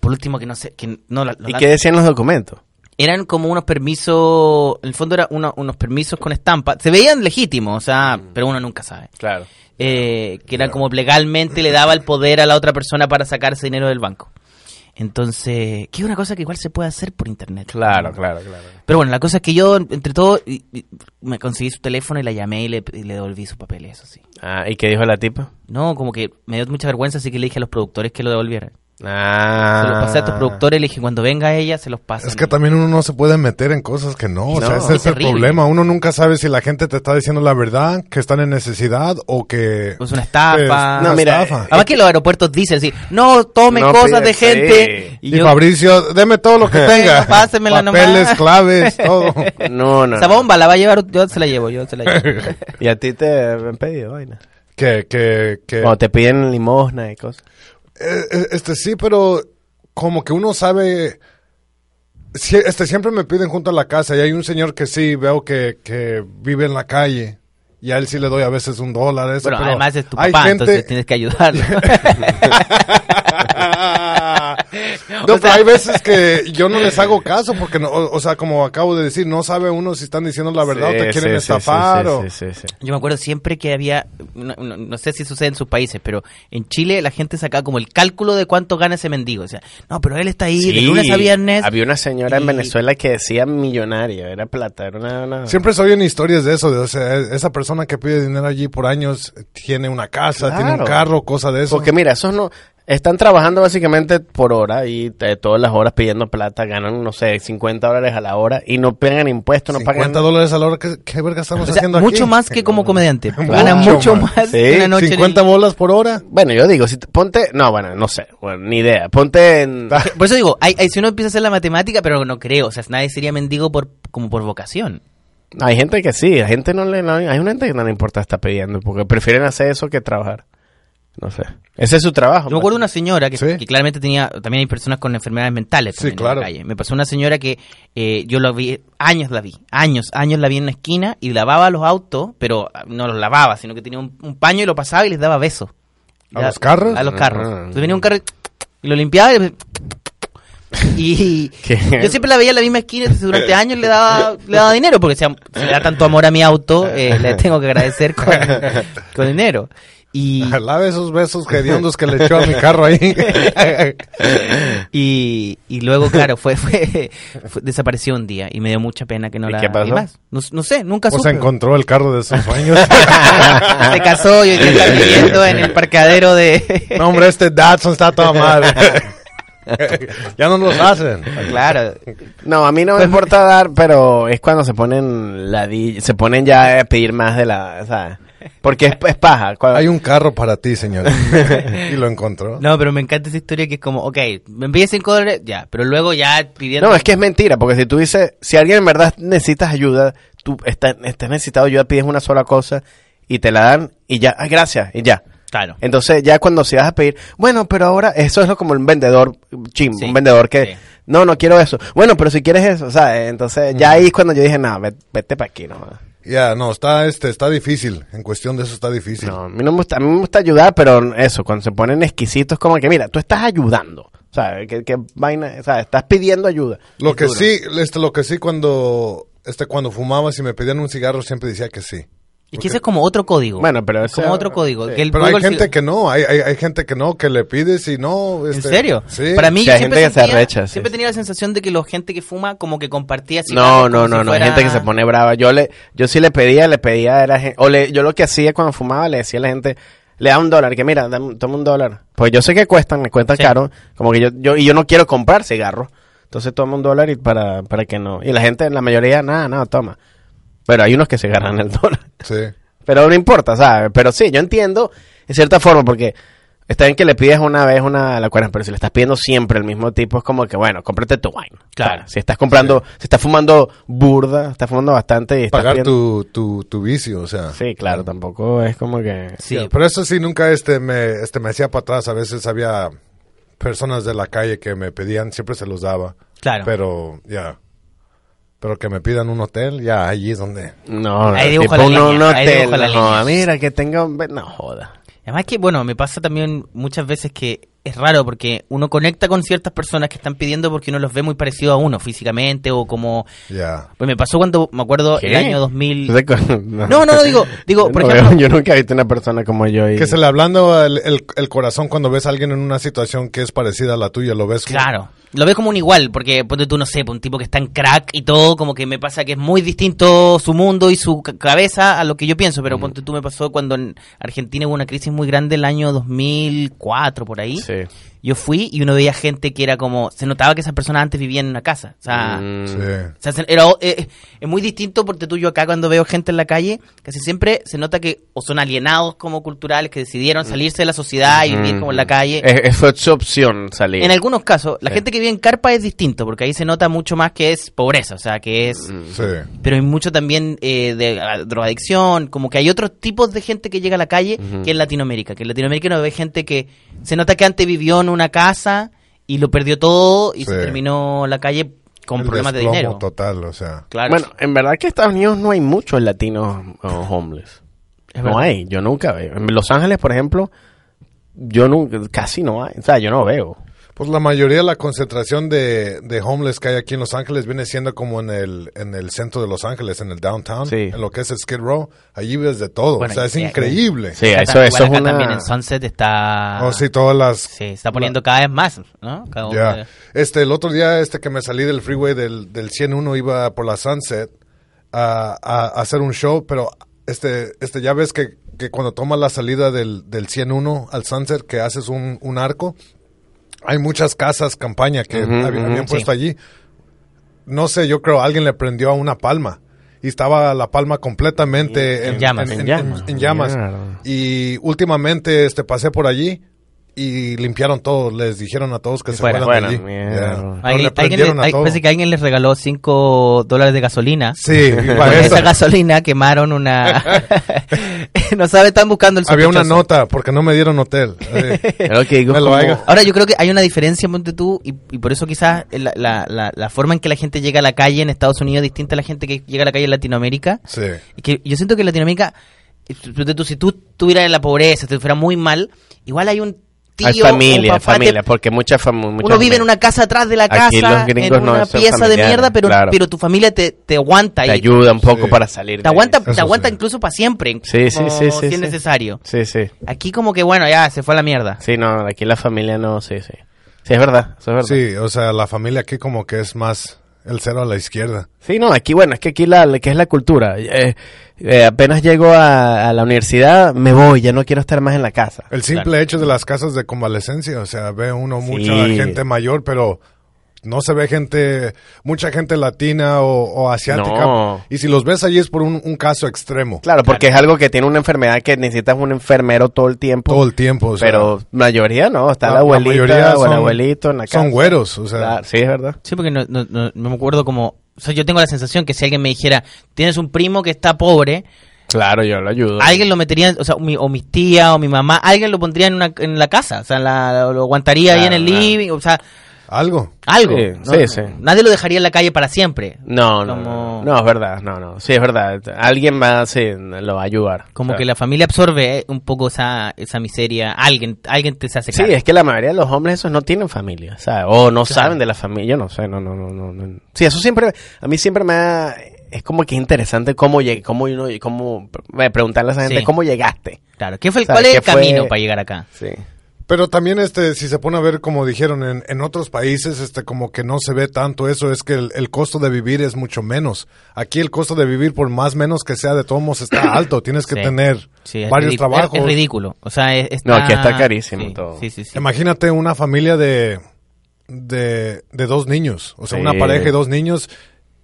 B: por último que no sé, que no la- lo
C: ¿Y
B: la-
C: qué decían los documentos?
B: eran como unos permisos, en el fondo eran unos permisos con estampa, se veían legítimos, o sea, pero uno nunca sabe.
C: Claro.
B: Eh, que era como legalmente le daba el poder a la otra persona para sacarse dinero del banco. Entonces, que es una cosa que igual se puede hacer por internet.
C: Claro, claro, claro.
B: Pero bueno, la cosa es que yo, entre todo, y- y- me conseguí su teléfono y la llamé y le, y le devolví sus papeles, eso sí.
C: Ah, ¿y qué dijo la tipa?
B: No, como que me dio mucha vergüenza, así que le dije a los productores que lo devolvieran.
C: Ah.
B: Se los pasé a estos productores, le dije, cuando venga ella, se los paso.
A: Es que también uno no se puede meter en cosas que no, o sea,
C: No,
A: ese
B: es
A: es el
B: terrible.
A: problema. Uno nunca sabe si la gente te está diciendo la verdad, que están en necesidad o que...
B: Es una estafa.
A: Es una
C: No, mira,
A: estafa.
B: Además que los aeropuertos dicen, sí, no tomen
C: No
B: cosas de
C: pidas,
B: gente.
C: sí.
A: Y, Fabricio, deme todo
B: [LAUGHS]
A: lo que
B: Bueno,
A: tenga.
B: pásemela nomás.
A: [LAUGHS] Papeles, claves,
B: [LAUGHS]
A: todo.
C: No, no.
B: esa bomba la va a llevar, yo se la llevo, yo se la
A: [LAUGHS]
B: llevo.
C: ¿Y a ti te han pedido vaina?
A: que, que, que...
C: Cuando te piden limosna y cosas.
A: Eh, eh, Este sí, pero como que uno sabe. Sie- Este siempre me piden junto a la casa y hay un señor que sí veo que, que vive en la calle y a él sí le doy a veces un dólar. Eso,
B: Bueno,
A: pero
B: además es tu
A: hay
B: papá,
A: gente-
B: entonces tienes
A: [LAUGHS]
B: que ayudarlo. [LAUGHS]
A: no, pero hay veces que yo no les hago caso porque, no, o, o sea, como acabo de decir, no sabe uno si están diciendo la Ah, verdad o te
C: Sí,
A: quieren
C: sí, sí,
A: estafar
C: sí,
A: o.
C: Sí, sí, sí.
B: Yo me acuerdo siempre que había, no, no- no sé si sucede en sus países, pero en Chile la gente sacaba como el cálculo de cuánto gana ese mendigo. O sea, no, pero él está ahí de
C: Sí,
B: lunes a viernes.
C: Había una señora
B: Y-
C: en Venezuela que decía millonario, era plata, era una... una-
A: Siempre se oyen historias de eso, de, o sea, esa persona que pide dinero allí por años eh, tiene una casa, tiene un
C: Claro.
A: carro, cosa de eso.
C: Porque mira, esos no... Están trabajando básicamente por hora y eh, todas las horas pidiendo plata, ganan, no sé, 50 dólares a la hora y no pagan impuestos, no
A: 50
C: pagan...
A: dólares a la hora, ¿qué, qué verga estamos
B: O sea,
A: haciendo
B: mucho
A: aquí?
B: más que como comediante. Gana
A: Mucho
B: mucho
A: más.
B: más
C: Sí,
B: que una noche en el-
A: 50 bolas por hora.
C: Bueno, yo digo, si te- ponte... No, bueno, no sé, bueno, ni idea. Ponte en...
B: Por eso digo, hay, hay- si uno empieza a hacer la matemática, pero no creo, o sea, nadie sería mendigo por como por vocación.
C: Hay gente que sí, hay gente no le no- hay una gente que no le importa estar pidiendo porque prefieren hacer eso que trabajar. No sé. Ese es su trabajo. pues.
B: Yo me acuerdo de una señora que,
A: Sí.
B: que claramente tenía, también hay personas con enfermedades mentales.
A: Sí,
B: también
A: claro.
B: En la calle. Me pasó una señora que eh, yo la vi, años la vi, años, años la vi en una esquina y lavaba los autos, pero ah, no los lavaba, sino que tenía un, un paño y lo pasaba y les daba besos.
A: ¿A
B: Ya-
A: los carros?
B: A los carros.
C: Ah.
B: Entonces venía un carro y, y lo limpiaba y... [LAUGHS]
A: [LAUGHS]
B: y-
C: ¿Qué?
B: yo siempre la veía en la misma esquina, entonces durante años le daba, le daba dinero, porque si, am- si le da tanto amor a mi auto, eh, le tengo que agradecer con, con dinero.
A: [LAUGHS]
B: Y,
A: Lave esos besos hediondos que le echó a mi carro ahí.
B: [LAUGHS] y, y luego, claro, fue, fue, fue- desapareció un día y me dio mucha pena que no
C: ¿Y
B: la
C: qué pasó?
B: vi más. No, no sé, nunca
A: o
B: supe.
A: sea, encontró el carro de sus sueños.
B: [LAUGHS] Se casó y hoy día está viviendo en el parqueadero de...
A: no, hombre, este Datsun está toda madre. ya no los hacen.
B: [LAUGHS] claro.
C: No, a mí no me importa dar, pero es cuando se ponen la di- se ponen ya a pedir más de la, ¿sabes? Porque es, es paja. Cuando-
A: Hay un carro para ti, señor. y lo encontró.
B: No, pero me encanta esa historia que es como, ok, me envíes 5 dólares, ya, pero luego ya pidiendo...
C: No, es que es mentira, porque si tú dices, si alguien en verdad necesitas ayuda, tú estás, estás necesitado de ayuda, pides una sola cosa y te la dan y ya, "Ay, gracias, y ya.
B: Claro.
C: Entonces ya cuando si vas a pedir, bueno, pero ahora eso es lo como un vendedor chim,
B: Sí,
C: un vendedor que,
B: sí.
C: no, no quiero eso. Bueno, pero si quieres eso, ¿sabes? Entonces ya ahí es cuando yo dije, no, vete, para aquí nomás.
A: Ya, no, está, este, está difícil. En cuestión de eso está difícil.
C: No, a mí, no me gusta, a mí me gusta ayudar, pero eso, cuando se ponen exquisitos, como que, mira, tú estás ayudando. ¿Sabes? ¿Qué, qué vaina? ¿Sabes? Estás pidiendo ayuda.
A: Lo que
C: Duro.
A: sí, este, lo que sí cuando, este, cuando fumaba, si me pedían un cigarro, siempre decía que sí.
B: Es que ese es como otro código.
C: Bueno, pero
B: Es como
C: ese-
B: otro código.
C: sí.
B: que el
A: Pero hay
B: código del
A: gente
B: cigarro-
A: que no, hay, hay, hay gente que no, que le pides y no.
B: ¿En
A: este,
B: serio?
A: Sí.
B: Para mí,
C: Sí, hay
B: siempre,
C: gente que se
B: sentía-
C: arrecha, sí.
B: siempre tenía la sensación de que la gente que fuma como que compartía
C: No,
B: cigarros
C: no,
B: como
C: no,
B: si
C: no, hay
B: fuera-
C: gente que se pone brava. Yo le, yo sí le pedía, le pedía, era, gen- o le, yo lo que hacía cuando fumaba, le decía a la gente, le da un dólar, que mira, dame- toma un dólar. Pues yo sé que cuestan, me cuesta
B: Sí.
C: caro, como que yo, yo, y yo no quiero comprar cigarros. Entonces toma un dólar y para, para que no. Y la gente, la mayoría, nada, nada, toma. Pero hay unos que se agarran el [LAUGHS] dólar.
A: Sí.
C: Pero no importa, ¿sabes? Pero sí, yo entiendo, en cierta forma, porque está bien que le pides una vez una a la cuarenta, pero si le estás pidiendo siempre el mismo tipo, es como que, bueno, cómprate tu wine.
B: Claro.
C: Si estás comprando, si estás fumando burda, estás fumando bastante y estás
A: Pagar
C: pidiendo-
A: tu, tu, tu vicio, o sea.
C: Sí, claro, tampoco es como que...
B: Sí,
A: Ya, Pero eso sí, nunca este, me, este, me hacía para atrás. A veces había personas de la calle que me pedían, siempre se los daba.
B: Claro.
A: Pero, ya. Pero que me pidan un hotel, ya, allí es donde.
C: No,
B: Ahí
C: no,
B: dibujo
C: tipo,
B: la
C: no,
B: línea,
C: no
B: ahí
C: te-
B: dibujo la
C: no,
B: línea.
C: mira, que tenga... un- No, joda.
B: Además que, bueno, me pasa también muchas veces que es raro porque uno conecta con ciertas personas que están pidiendo porque uno los ve muy parecido a uno físicamente o como...
A: Ya.
B: Pues me pasó cuando, me acuerdo, el año 2000...
C: No, sé cu-
B: No,
C: no.
B: no, no, digo- digo,
C: Yo
B: por
C: [LAUGHS] no
B: ejemplo-
C: veo- yo nunca he visto una persona como yo y...
A: Que se le hablando el, el, el corazón cuando ves a alguien en una situación que es parecida a la tuya, lo ves.
B: Claro. Lo ves como un igual, porque ponte tú, no sé, pues, un tipo que está en crack y todo, como que me pasa que es muy distinto su mundo y su ca- cabeza a lo que yo pienso,
C: Mm.
B: pero ponte tú me pasó cuando en Argentina hubo una crisis muy grande el año 2004, por ahí.
C: Sí.
B: Yo fui y uno veía gente que era como, se notaba que esas personas antes vivían en una casa. O sea,
C: Mm.
A: Sí.
B: o sea, se- era o- eh, es muy distinto porque tú yo acá cuando veo gente en la calle, casi siempre se nota que o son alienados como culturales, que
C: Mm.
B: decidieron salirse de la sociedad y vivir como en la calle.
C: Es- es- fue su opción salir.
B: En algunos casos, la
C: Eh, Sí.
B: gente que vive en carpa es distinto, porque ahí se nota mucho más que es pobreza, o sea, que es...
C: Mm.
A: Sí.
B: Pero hay mucho también eh, de ah, drogadicción, como que hay otros tipos de gente que llega a la calle que en Latinoamérica, que en Latinoamérica uno ve gente que se nota que antes vivió en una casa y lo perdió todo y se
A: Sí.
B: terminó la calle con
A: El
B: problemas de
A: desplomo
B: dinero.
A: total, o sea.
B: Claro.
C: Bueno, en verdad que en Estados Unidos no hay muchos latinos eh, homeless.
B: Es
C: no
B: verdad.
C: hay, yo nunca veo. En Los Ángeles, por ejemplo, yo nunca, casi no hay. O sea, yo no veo.
A: Pues la mayoría de la concentración de, de homeless que hay aquí en Los Ángeles viene siendo como en el, en el centro de Los Ángeles, en el downtown,
C: Sí.
A: en lo que es Skid Row. Allí ves de todo.
B: Bueno,
A: o sea, es
B: y-
A: increíble.
C: Sí,
B: Acá-
C: eso,
B: igual
C: eso es
B: acá
C: una...
B: también en Sunset está...
A: O Oh, sí, todas las...
B: Sí, se está poniendo cada vez más, ¿no? Cada uno
A: Ya.
B: de-
A: Este, el otro día este que me salí del freeway del, del 101 iba por la Sunset a, a- a hacer un show, pero este, este ya ves que, que cuando tomas la salida del, del 101 al Sunset, que haces un, un arco, hay muchas casas campaña que
C: Ujú,
A: habi-
C: ujú,
A: habían,
B: sí.
A: puesto allí. No sé, yo creo alguien le prendió a una palma. Y estaba la palma completamente
B: En llamas.
A: En,
C: En
A: en-
C: llamas.
A: en llamas.
C: Mierda.
A: Y últimamente este, pasé por allí y limpiaron todo. Les dijeron a todos que se
B: Fuera.
A: fueran
C: Fuera,
A: de allí.
C: mierda.
A: Ya. Pero
B: Alguien-
A: le
B: alguien le-
A: prendieron a
B: hay-
A: todo.
B: parece que alguien les regaló 5 dólares de gasolina.
A: Sí, y
B: Con
A: para eso.
B: esa gasolina quemaron una... [LAUGHS] no sabe, están buscando el
A: Había una
B: sospechoso.
A: nota porque no me dieron
B: [LAUGHS]
A: hotel. Sí.
C: [LAUGHS] Es lo que digo,
A: Me lo
C: como-
A: haga.
B: Ahora, yo creo que hay una diferencia, ponte tú, y, y por eso quizás la, la- la- la forma en que la gente llega a la calle en Estados Unidos es distinta a la gente que llega a la calle en Latinoamérica.
A: Sí.
B: Y que yo siento que en Latinoamérica, eh, ponte tú, si tú estuvieras en la pobreza, te fuera muy mal, igual hay un tío,
C: Hay familia,
B: un
C: hay
B: papá, te-
C: familia, porque mucha familia.
B: uno vive en una casa atrás de la casa,
C: Aquí los gringos
B: en
C: no
B: una
C: son
B: pieza de
C: familiares,
B: mierda, pero,
C: claro.
B: pero tu familia te, te aguanta
C: Te
B: y
C: ayuda un poco
A: Sí.
C: para salir.
B: te
C: de
B: aguanta,
C: ahí.
A: Eso
B: te aguanta
A: sí.
B: incluso para siempre,
C: Sí, sí,
B: como
C: sí, sí,
B: si es
C: sí.
B: necesario.
C: Sí, sí.
B: Aquí como que bueno, ya se fue a la mierda.
C: Sí, no, aquí la familia no, sí, sí. Sí, es verdad, eso es verdad. Sí.
A: Sí, o sea, la familia aquí como que es más el cero a la izquierda.
C: no, aquí, bueno, es que aquí la, la- que es la cultura. Eh, eh, apenas llego a, a la universidad, me voy, ya no quiero estar más en la casa.
A: El simple
C: Claro.
A: hecho de las casas de convalecencia, o sea, ve uno
C: Sí.
A: mucha gente mayor, pero no se ve gente, mucha gente latina o, o asiática.
C: No.
A: Y si los ves allí es por un, un caso extremo.
C: Claro, porque es algo que tiene una enfermedad que necesitas un enfermero todo el tiempo.
A: Todo el tiempo. o sea,
C: pero mayoría no, está
A: la-
C: la
A: la
C: abuelita,
A: mayoría
C: o el
A: son-
C: abuelito en la casa.
A: son güeros, o sea.
C: Claro, sí, es verdad.
B: Sí, porque no, no, no- no me acuerdo como... O sea, yo tengo la sensación que si alguien me dijera, tienes un primo que está pobre,
C: Claro, yo lo ayudo.
B: alguien lo metería, o sea, mi- o mis tías o mi mamá, alguien lo pondría en, una, en la casa, o sea, la- lo aguantaría ahí en
C: Claro,
B: el
C: claro.
B: living, o sea,
A: Algo.
B: algo.
C: Sí,
B: ¿no?
C: sí, Mm, sí.
B: Nadie lo dejaría en la calle para siempre.
C: No, no,
B: Como-
C: no, no, es verdad, no, no, sí, es verdad. Alguien más sí, lo va a ayudar.
B: Como
C: O sea,
B: que la familia absorbe eh, un poco esa, esa miseria. Alguien, alguien te se hace
C: Sí,
B: cargo.
C: es que la mayoría de los hombres esos no tienen familia, ¿sabes? O no saben de la familia, yo no sé, no, no, no, no, no. Sí, eso siempre, a mí siempre me ha, es como que interesante cómo llegué, cómo uno, cómo, eh, preguntarle a esa gente,
B: Sí.
C: ¿cómo llegaste?
B: Claro. ¿Qué fue, el-
C: ¿Sabes
B: ¿Cuál es
C: qué
B: el
C: fue?
B: camino para llegar acá?
C: Sí.
A: Pero también, este, si se pone a ver, como dijeron, en, en otros países, este, como que no se ve tanto eso, es que el, el costo de vivir es mucho menos. Aquí el costo de vivir, por más menos que sea, de todos modos
C: [COUGHS]
A: está alto. Tienes que
B: Sí.
A: tener
B: Sí, es
A: varios
B: ridic-
A: trabajos.
B: Es, es ridículo. O sea, es, está...
C: No, aquí está carísimo
B: sí,
C: todo.
B: Sí, sí, sí.
A: Imagínate una familia de, de, de dos niños, o sea,
C: Sí.
A: una pareja y dos niños,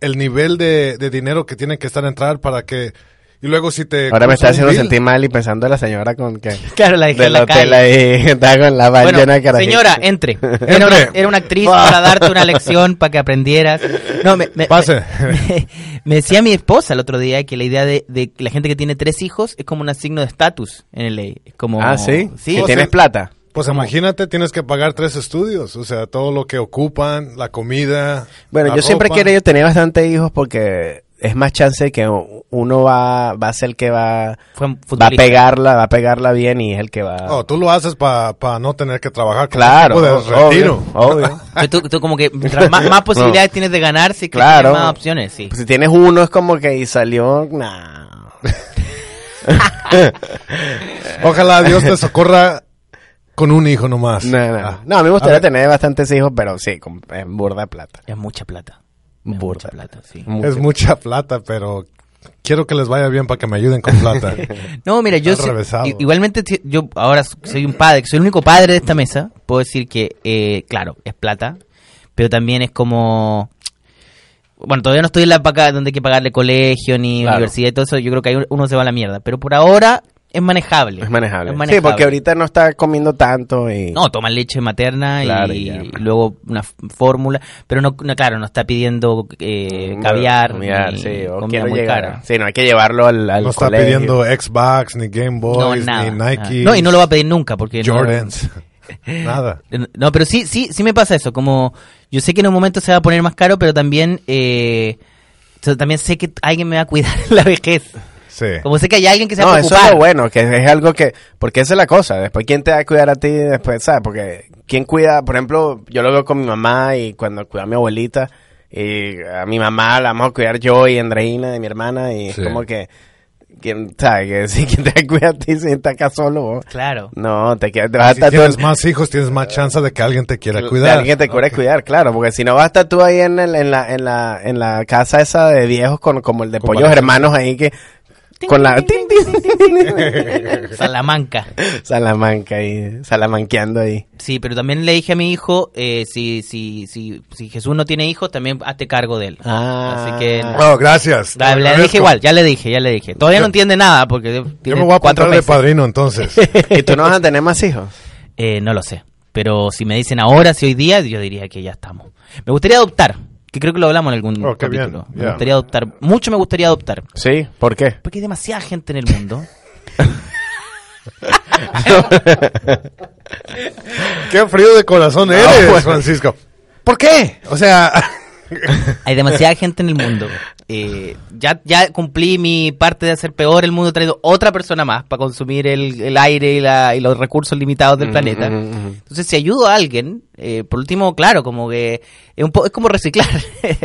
A: el nivel de, de dinero que tiene que estar a entrar para que... Y luego si te...
C: Ahora me está
A: cruzan
C: haciendo
A: un bill,
C: sentir mal y pensando en la señora con que,
B: Claro, la dejé
C: del
B: en la
C: hotel
B: calle.
C: ahí, [LAUGHS] está con la
B: Bueno,
C: llena de carajitos.
B: señora, eh,
C: [LAUGHS]
B: entre. Era una,
A: Entre.
B: era una actriz para darte una lección, para que aprendieras. No, me, me-
A: Pase.
B: me- me decía mi esposa el otro día que la idea de, de la gente que tiene tres hijos es como un signo de estatus en el Es como,
C: Ah, sí,
B: Sí,
C: que
A: O
C: tienes
A: sea-
C: plata.
A: Pues imagínate, tienes que pagar tres estudios, o sea, todo lo que ocupan, la comida.
C: Bueno,
A: la
C: yo siempre he
A: ropa.
C: querido tener bastante hijos porque es más chance que u- uno va, va a ser el que va,
B: fue un
C: va a
B: futbolista.
C: pegarla, va a pegarla bien y es el que va.
A: Oh, tú lo haces para no tener que trabajar. como
C: claro,
A: un tipo de
C: obvio,
A: retiro.
B: [LAUGHS]
C: obvio.
B: Pero Tú, tú como que mientras más,
C: [LAUGHS]
B: más posibilidades tienes de ganar, sí, creo que
C: Claro.
B: tienes más opciones, sí.
C: si tienes uno es como que y salió, nah.
A: [LAUGHS] Ojalá Dios te socorra con un hijo nomás.
C: No, no,
A: Ah.
C: no. No, a mí me gustaría
A: A ver.
C: tener bastantes hijos, pero sí, con, en burda de plata.
B: Es mucha plata. Es
C: Burda
B: mucha
C: de
B: plata, sí.
C: Mucha
A: Es mucha plata, pero quiero que les vaya bien para que me ayuden con
C: [LAUGHS]
A: plata.
B: No, mira, yo
A: Está
B: sé-
A: revesado.
B: i- igualmente ti- yo ahora soy un padre, soy el único padre de esta mesa. Puedo decir que, eh, claro, es plata, pero también es como... Bueno, todavía no estoy en la vaca donde hay que pagarle colegio ni
C: Claro.
B: universidad y todo eso. Yo creo que ahí uno se va a la mierda. Pero por ahora es manejable.
C: Es manejable. Sí, porque ahorita no está comiendo tanto y...
B: No, toma leche materna y-
C: Claro,
B: y,
C: y ya. pues.
B: luego una f- fórmula. Pero no, no, claro, no está pidiendo eh, caviar.
C: Mm, Caviar,
B: ni
C: sí, o
B: comida
C: quiero
B: muy
C: llegar.
B: cara.
C: Sí, no hay que llevarlo al, al
A: No está
C: colegio.
A: pidiendo Xbox, ni Game
B: No,
A: Boys,
B: nada,
A: ni Nike.
B: nada. No, y no lo va a pedir nunca porque... no- [LAUGHS]
A: Jordans. nada.
B: Eh, No, pero sí, sí, sí me pasa eso. Como yo sé que en un momento se va a poner más caro, pero también, eh, yo también sé que alguien me va a cuidar [LAUGHS] en la vejez.
A: Sí.
B: Como sé que hay alguien que se va
C: No,
B: a
C: eso es
B: preocupar.
C: lo bueno, que es algo que, porque esa es la cosa, después quién te va a cuidar a ti después, ¿sabes? Porque quién cuida, por ejemplo, yo lo veo con mi mamá y cuando cuida a mi abuelita, y a mi mamá la vamos a cuidar yo y Andreina y mi hermana, y
A: Sí.
C: es como que, ¿quién sabe? Que [LAUGHS] si quién te va a cuidar a ti si estás acá solo vos?
B: Claro.
C: No, te, quedas- te vas a
A: Si
C: estar tú en-
A: tienes más hijos, tienes más chance de que alguien te quiera
C: de
A: cuidar.
C: alguien te quiere cuidar, claro, porque si no vas a estar tú ahí en, el- en, la, en, la, en la casa esa de viejos con, como el de
A: Con
C: pollos
A: varios.
C: hermanos ahí que... Con la...
B: Salamanca.
C: [LAUGHS] Salamanca ahí, salamanqueando ahí.
B: Sí, pero también le dije a mi hijo, eh, si, si, si, si Jesús no tiene hijos, también hazte cargo de él.
C: Ah.
B: Así que-
A: No, gracias. te
B: La-
A: lo
B: le
A: agradezco.
B: dije igual, ya le dije, ya le dije. Todavía no
A: Yo-
B: entiende nada porque
A: Yo
B: tiene
A: me voy a apuntar
B: cuatro
A: de
B: meses.
A: padrino entonces.
C: [LAUGHS] ¿Y tú no vas a tener más hijos?
B: Eh, no lo sé. Pero si me dicen ahora, si hoy día, yo diría que ya estamos. Me gustaría adoptar, que creo que lo hablamos en algún
A: Oh, qué
B: capítulo.
A: bien,
B: Me
A: ya.
B: gustaría adoptar, mucho me gustaría adoptar.
C: Sí, ¿por qué?
B: Porque hay demasiada gente en el mundo.
A: Qué frío de corazón eres,
C: pues. [LAUGHS]
A: Francisco. ¿Por qué? O sea,
B: Hay demasiada gente en el mundo. eh, ya, ya cumplí mi parte de hacer peor el mundo traído otra persona más para consumir el, el aire y, la, y los recursos limitados del
C: Ujú,
B: planeta.
C: ujú, ujú.
B: Entonces, si ayudo a alguien, eh, por último, claro, como que es, un po- es como reciclar.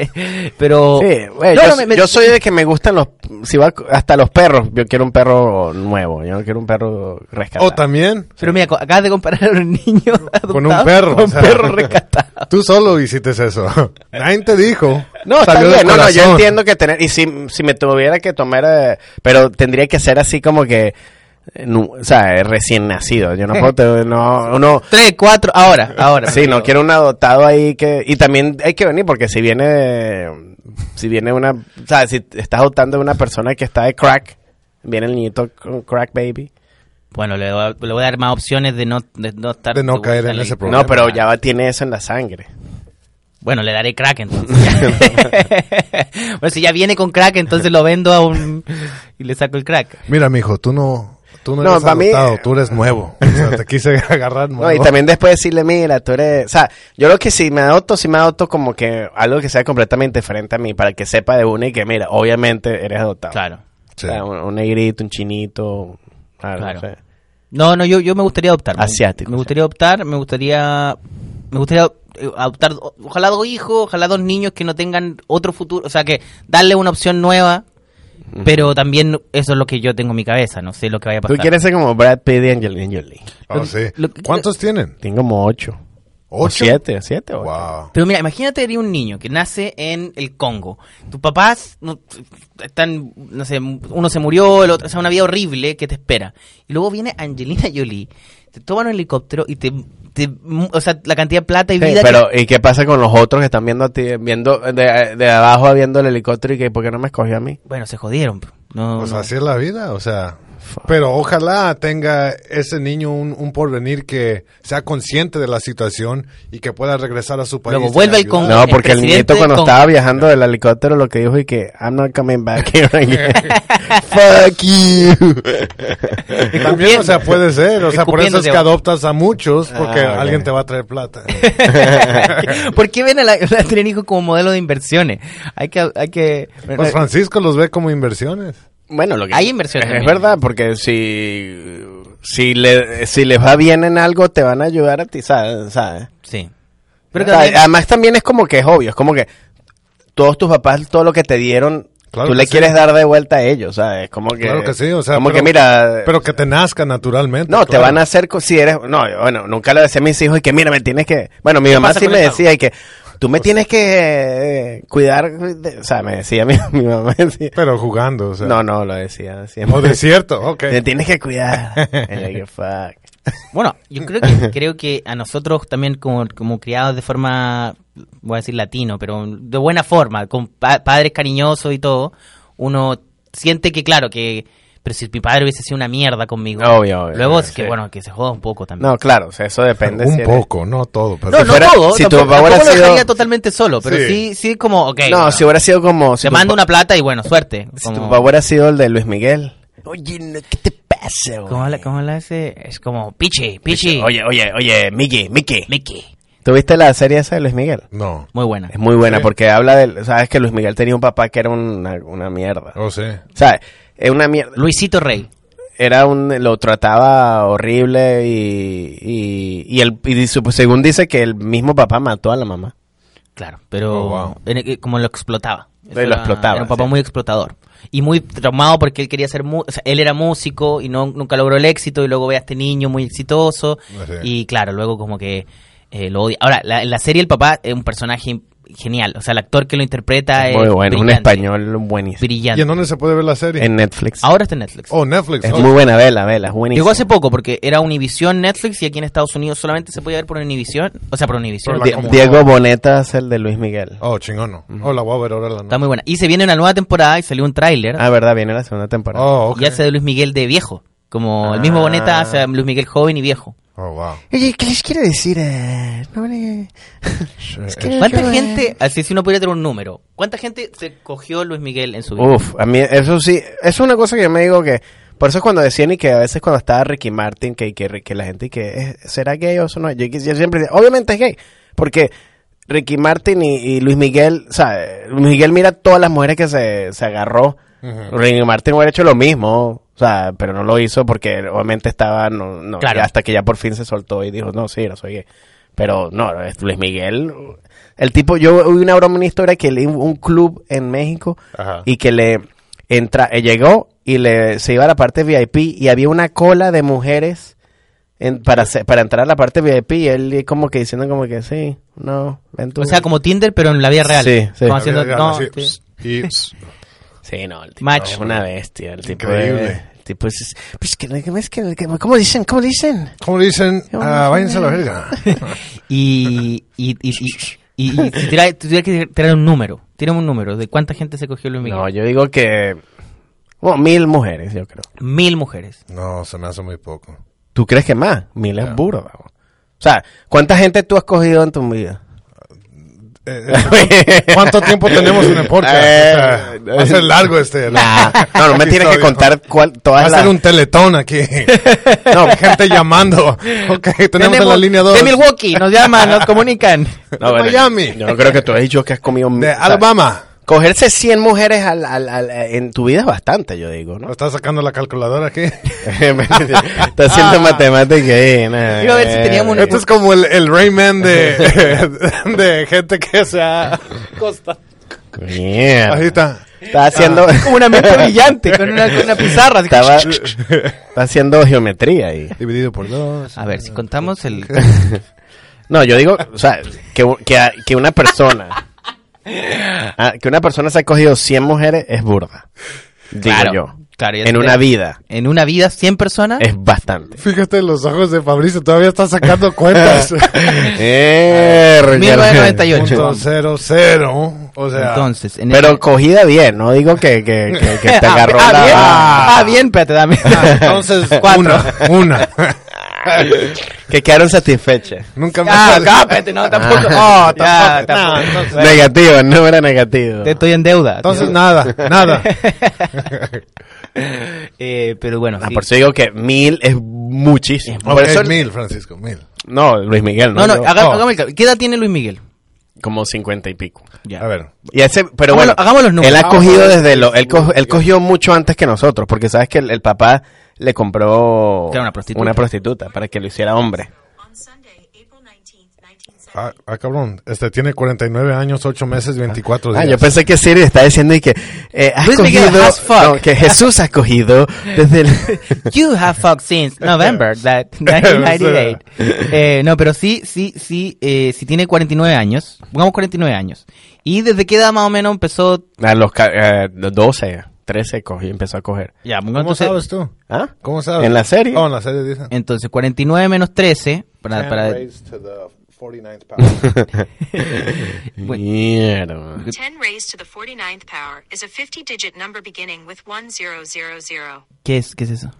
B: [LAUGHS] Pero.
C: Sí, güey,
B: Oh. No,
C: yo,
B: no, me- me-
C: yo soy de que me gustan los... Si va hasta los perros, yo quiero un perro nuevo, yo no quiero un perro rescatado.
A: O también,
B: Pero mira, co- acabas de comparar a un niño adoptado
A: Con un perro,
B: con
A: o sea.
B: un perro rescatado.
A: [LAUGHS] tú solo hiciste
C: [LAUGHS]
A: eso. Nadie te dijo.
C: No, está
A: Salió del
C: bien, no, no, yo
A: corazón.
C: entiendo que tener, y si, si me tuviera que tomar, eh, pero tendría que ser así como que, eh, nu- o sea, eh, recién nacido, yo no puedo, te- no, uno,
B: Tres, cuatro, ahora, ahora.
C: sí,
B: [LAUGHS]
C: no quiero un adoptado ahí que, y también hay que venir porque si viene, si viene una, o sea, si estás adoptando a una persona que está de crack, viene el niñito con crack baby,
B: Bueno, le, voy a- le voy a dar más opciones de no, de no estar.
A: De no caer en ese Problema.
C: no, pero ya va- tiene eso en la sangre,
B: Bueno, le daré crack entonces. [LAUGHS] bueno, si ya viene con crack, entonces lo vendo a un. y le saco el crack.
A: Mira, mijo, tú no, tú no,
C: No,
A: eres
C: para mí- ah.
A: adoptado, tú eres nuevo. O sea, te quise [LAUGHS] agarrar nuevo.
C: No, y también después decirle, mira, tú eres... O sea, yo lo que si me adopto, si me adopto como que algo que sea completamente diferente a mí, para que sepa de una y que, mira, obviamente eres adoptado.
B: Claro.
A: Sí.
C: O sea, un, un negrito, un chinito, algo,
B: Claro.
C: o sea.
B: No, no, yo, yo me gustaría adoptar. Me-
C: Asiático,
B: Me gustaría adoptar, me gustaría. Me gustaría eh, adoptar, o- ojalá dos hijos, ojalá dos niños que no tengan otro futuro. O sea, que darle una opción nueva, pero también eso es lo que yo tengo en mi cabeza. No sé lo que vaya a
C: Tú
B: pasar.
C: quieres ser como Brad Pitt y Angelina Jolie.
A: Oh, sí.
B: lo-
A: ¿Cuántos tienen?
C: Tengo como ocho. O
A: ¿Ocho?
C: siete, siete. o ocho.
A: Wow.
B: Pero mira, imagínate eres un niño que nace en el Congo. Tus papás no, están, no sé, uno se murió, el otro, o sea, una vida horrible que te espera. Y luego viene Angelina Jolie, te toman un helicóptero y te, te- o sea, la cantidad de plata y
C: Sí,
B: vida que-
C: pero, ¿y qué pasa con los otros que están viendo a ti, viendo de, de abajo viendo el helicóptero y que por qué no me escogió a mí?
B: bueno, se jodieron. po. No,
A: Pues
B: no.
A: así es la vida, o sea. Pero ojalá tenga ese niño un, un porvenir que sea consciente de la situación y que pueda regresar a su país.
B: Luego
A: y
B: vuelve al
A: ayudar.
B: Congo.
C: No,
B: el
C: porque el,
B: presidente
C: nieto cuando
B: con-
C: estaba viajando del helicóptero lo que dijo y que I'm not coming back [LAUGHS] here again. Fuck you.
A: También, o sea, puede ser. O sea, por eso es
B: Escupiéndote
A: que
B: abajo.
A: adoptas a muchos porque
C: Ah, ok.
A: alguien te va a traer
C: [LAUGHS]
A: plata.
B: [LAUGHS]
A: Pues
B: ¿Por qué ven a, la, a tener hijos como modelo de inversiones? Hay que... Hay, que,
C: eh,
A: Pues Francisco los ve como inversiones.
C: Bueno, lo que
B: Hay inversión
C: Es
B: también.
C: verdad, porque si si le si les va bien en algo te van a ayudar a ti, ¿sabes? ¿sabes?
B: eh, sí. Pero
C: O sea,
B: también-
C: además también es como que es obvio, es como que todos tus papás todo lo que te dieron
A: Claro
C: tú
A: que
C: le
A: sí.
C: quieres dar de vuelta a ellos, ¿sabes? Es como que
A: Claro que sí, o sea.
C: como
A: pero-
C: que mira,
A: Pero que te nazca
C: [LAUGHS]
A: naturalmente.
C: No, te
A: claro.
C: van a hacer co- si eres. No, yo, bueno, nunca le decía a mis hijos y que, mira, me tienes que. Bueno, mi mamá
B: pasa
C: sí
B: con
C: me
B: el
C: decía y que, tú me tienes que eh, cuidar. de- o sea, me decía [LAUGHS] mi, mi mamá. Decía,
A: Pero jugando, o sea.
C: no, no, lo decía siempre.
A: O de cierto, ok.
C: Te tienes que cuidar. [LAUGHS] Y yo, que, fuck.
B: Bueno, yo creo
C: [LAUGHS]
B: que, creo que a nosotros también como, como criados de forma, voy a decir latino, pero de buena forma, con pa- padres cariñosos y todo, uno siente que claro, que pero si mi padre hubiese sido una mierda conmigo,
C: Obvio, obvio,
B: luego es
C: sí.
B: que bueno, que se joda un poco también.
C: No, claro, o sea, eso [LAUGHS] depende.
A: Un
C: si eres-
A: poco, no todo. Pero
B: no,
C: si
B: no
C: fuera-
B: todo,
C: si tu
B: tampoco,
C: papá hubiera
B: tampoco lo
C: sido-
B: dejaría totalmente solo, pero sí,
A: Sí.
B: sí, como, ok,
C: no,
B: bueno,
C: si hubiera sido como. Si
B: te
C: tu
B: mando
C: papá-
B: una plata y bueno, suerte.
C: Si
B: como-
C: tu papá hubiera sido el de Luis Miguel. Oye, no, ¿qué te pasa, güey?
B: ¿Cómo la, cómo la hace? Es como, pichi, pichi,
C: Oye, oye, oye, Mickey, Mickey.
B: Mickey.
C: ¿Tuviste la serie esa de Luis Miguel?
A: No.
B: Muy buena.
C: Es muy buena porque habla del... Sabes que Luis Miguel tenía un papá que era una, una mierda.
A: O sé.
C: ¿Sabes? Es una mierda.
B: Luisito Rey.
C: Era un... Lo trataba horrible y... Y, y el, y su- según dice que el mismo papá mató a la mamá.
B: Claro, pero
A: Oh, wow.
B: en- eh, como lo explotaba.
C: Lo explotaba,
B: Era un papá
C: sí.
B: muy explotador. Y muy traumado porque él quería ser... mu- o sea, él era músico y no, nunca logró el éxito y luego ve a este niño muy exitoso.
C: Ah,
A: Sí.
B: Y claro, luego como que eh, lo odia. Ahora, la, en la serie el papá es un personaje im- genial. O sea, el actor que lo interpreta es...
C: Muy bueno. Un
B: brillante,
C: español buenísimo.
A: ¿Y
B: Brillante.
A: en dónde se puede ver la serie?
C: En Netflix.
B: Ahora está en Netflix.
A: Oh, Netflix.
C: es
A: oh.
C: muy buena, vela, vela. Es
B: Llegó
C: buenísimo.
B: hace poco porque era Univision Netflix y aquí en Estados Unidos solamente se podía ver por Univision. O sea, por Univision.
A: Por la
C: Die-
A: como-
C: Diego Boneta es el de Luis Miguel.
A: Oh, chingón. no. Oh, la voy a ver ahora la
B: Está
A: noche.
B: muy buena. Y se viene una nueva temporada y salió un tráiler.
C: Ah, verdad, viene la segunda temporada.
A: Oh, ok.
B: y hace de Luis Miguel de viejo. Como el mismo
C: Ah.
B: Boneta hace a Luis Miguel joven y viejo.
A: Oh, wow.
C: Oye, ¿qué les quiero decir? eh? No, eh, que-
B: ¿Cuánta
C: qué
B: gente, así si uno pudiera tener un número, cuánta gente se cogió Luis Miguel en su vida?
C: Uf, a mí eso sí, es una cosa que yo me digo que, por eso es cuando decían y que a veces cuando estaba Ricky Martin, que, que, que la gente y que, "Eh, ¿será gay o eso no? Yo, yo siempre decía, obviamente es gay, porque Ricky Martin y, y Luis Miguel, o sea, Luis Miguel mira todas las mujeres que se, se agarró.
A: Ujú.
C: Ricky Martin hubiera hecho lo mismo, o sea, pero no lo hizo porque obviamente estaba, no, no,
B: Claro.
C: ya hasta que ya por fin se soltó y dijo, no, sí, no soy gay. Pero no, es Luis Miguel, el tipo, yo vi una broma, una historia que le un club en México
A: Ajá.
C: y que le entra, eh, llegó y le se iba a la parte VIP y había una cola de mujeres en- para, se- para entrar a la parte VIP y él como que diciendo como que sí, no, ven tú.
B: O sea, como Tinder, pero en la vida real.
C: Sí, sí.
B: Como
A: La
B: haciendo,
A: vida
B: no, este,
A: real,
C: este.
B: sí.
A: así, pss, y, pss.
C: Sí, no, el tipo
B: Match.
C: es una bestia. El tipo
A: Increíble.
C: es- el tipo es, pues, que- que- es que- que- ¿Cómo dicen? ¿Cómo dicen?
A: ¿Cómo le dicen?
C: Yo
A: Ah,
C: no
A: váyanse a
C: sé.
A: la verga.
B: Y, y, y, y, y- y- y si tuviera- tuviera que tirar un número, tirame un número de cuánta gente se cogió Luis Miguel.
C: No, yo digo que... Bueno, mil mujeres, yo creo.
B: Mil mujeres.
A: No, se me hace muy poco.
C: ¿Tú crees que más? Mil es
A: No.
C: burro. vamos. O sea, ¿cuánta gente tú has cogido en tu vida?
A: Eh, eh, ¿Cuánto tiempo tenemos
C: [LAUGHS]
A: en el podcast?
C: Eh,
A: O sea, va a ser largo este.
C: Nah, [LAUGHS] no, no me tienes que
A: episodio.
C: contar cuál,
A: Va
C: todas
A: a
C: las...
A: ser un teletón aquí.
C: [LAUGHS] No,
A: Gente llamando. Ok, tenemos, en la línea 2.
B: De Milwaukee, nos llaman, nos comunican.
C: No, bueno,
A: Miami.
C: Yo no creo que tú has dicho que has comido... mil-
A: De
C: o sea,
A: Alabama.
C: Cogerse 100 mujeres al- al- al- en tu vida es bastante, yo digo,
A: [LAUGHS]
C: ¿no?
A: ¿Estás sacando la calculadora aquí?
C: [LAUGHS] Está
A: Ah.
C: haciendo matemática ahí. nada.
B: Iba a ver si teníamos una-
A: Esto Este es como el, el Rayman
C: [LAUGHS]
A: de, de gente que se ha...
C: Mierda.
A: Ahí está. Ah.
C: Está haciendo... [LAUGHS]
B: Como una mente brillante, con una, con una pizarra. así.
C: Estaba- está haciendo geometría ahí.
A: [LAUGHS] Dividido por dos.
B: A ver, si contamos el...
C: No, yo digo, o sea, que, que, que una persona... ah, que una persona se ha cogido 100 mujeres es burda. Digo
B: Claro,
C: yo.
B: claro, yo
C: en
B: te-
C: una vida.
B: En una vida, 100 personas.
C: Es bastante.
A: Fíjate en los ojos de Fabricio, todavía está sacando cuentas.
C: [LAUGHS] Eh, Roger.
A: [LAUGHS]
B: 1998.
A: Punto cero cero. O sea,
B: Entonces, en
C: Pero
B: el-
C: cogida bien, no digo que, que, que,
B: [LAUGHS]
C: que te
B: Ah,
C: agarró
B: ah,
C: la...
B: bien,
C: Ah.
B: ah, bien, espérate, dame. [LAUGHS]
A: entonces
B: Cuatro.
A: una, una. [LAUGHS]
C: que quedaron satisfechas.
A: Nunca más.
B: Ah,
A: sale.
B: acá, espérate, no, tampoco.
A: Ah.
B: Oh, ya,
A: No,
B: tampoco.
A: entonces-
B: Bueno,
C: Negativo, el número negativo.
B: te estoy en deuda.
A: Entonces
B: Tío.
A: nada, nada.
B: [LAUGHS] Eh, pero bueno,
C: Ah,
B: sí.
C: por eso digo que mil es muchísimo.
A: Ok,
C: Por eso-
A: mil, Francisco, mil.
C: No, Luis Miguel,
B: no,
C: no.
B: no, ah.
C: yo-
B: haga-
A: no.
B: hagamos el cal- ¿Qué edad tiene Luis Miguel?
C: Como cincuenta y pico.
B: Ya.
A: A ver.
C: Y ese, pero
B: Hagámoslo-
C: bueno,
B: hagamos los números.
C: él ha
A: Vamos
C: cogido
A: a ver.
C: desde lo, él, co- él cogió mucho antes que nosotros, porque sabes que el, el papá le compró
B: Que era una prostituta.
C: prostituta para que lo hiciera hombre.
D: On Sunday, April 19th, 1970.
A: Ah, ah, cabrón. Este tiene 49 años, 8 meses, 24 días.
C: Ah, yo pensé que Siri está diciendo y que eh, has
B: Luis Miguel
C: cogido,
B: has fuck.
C: no, que Jesús ha cogido desde el...
B: You have fucked since [LAUGHS] November that 1998. Eh, no, pero sí, sí, sí, eh, si tiene 49 años, pongamos 49 años. ¿Y desde qué edad más o menos empezó?
C: [LAUGHS] A los ca- eh, 12, 13 cogió, empezó a coger.
B: Ya, pongamos
A: ¿Cómo sabes
B: entonces,
A: tú?
C: [LAUGHS] ¿Ah?
A: ¿Cómo sabes?
C: ¿En la serie?
A: Oh, en la serie dicen.
B: entonces 49 menos 13, para, para, Bueno.
C: Mierda.
D: 10 raised to the 49th power is a 50 digit number beginning with 1000.
B: ¿qué es, qué es eso?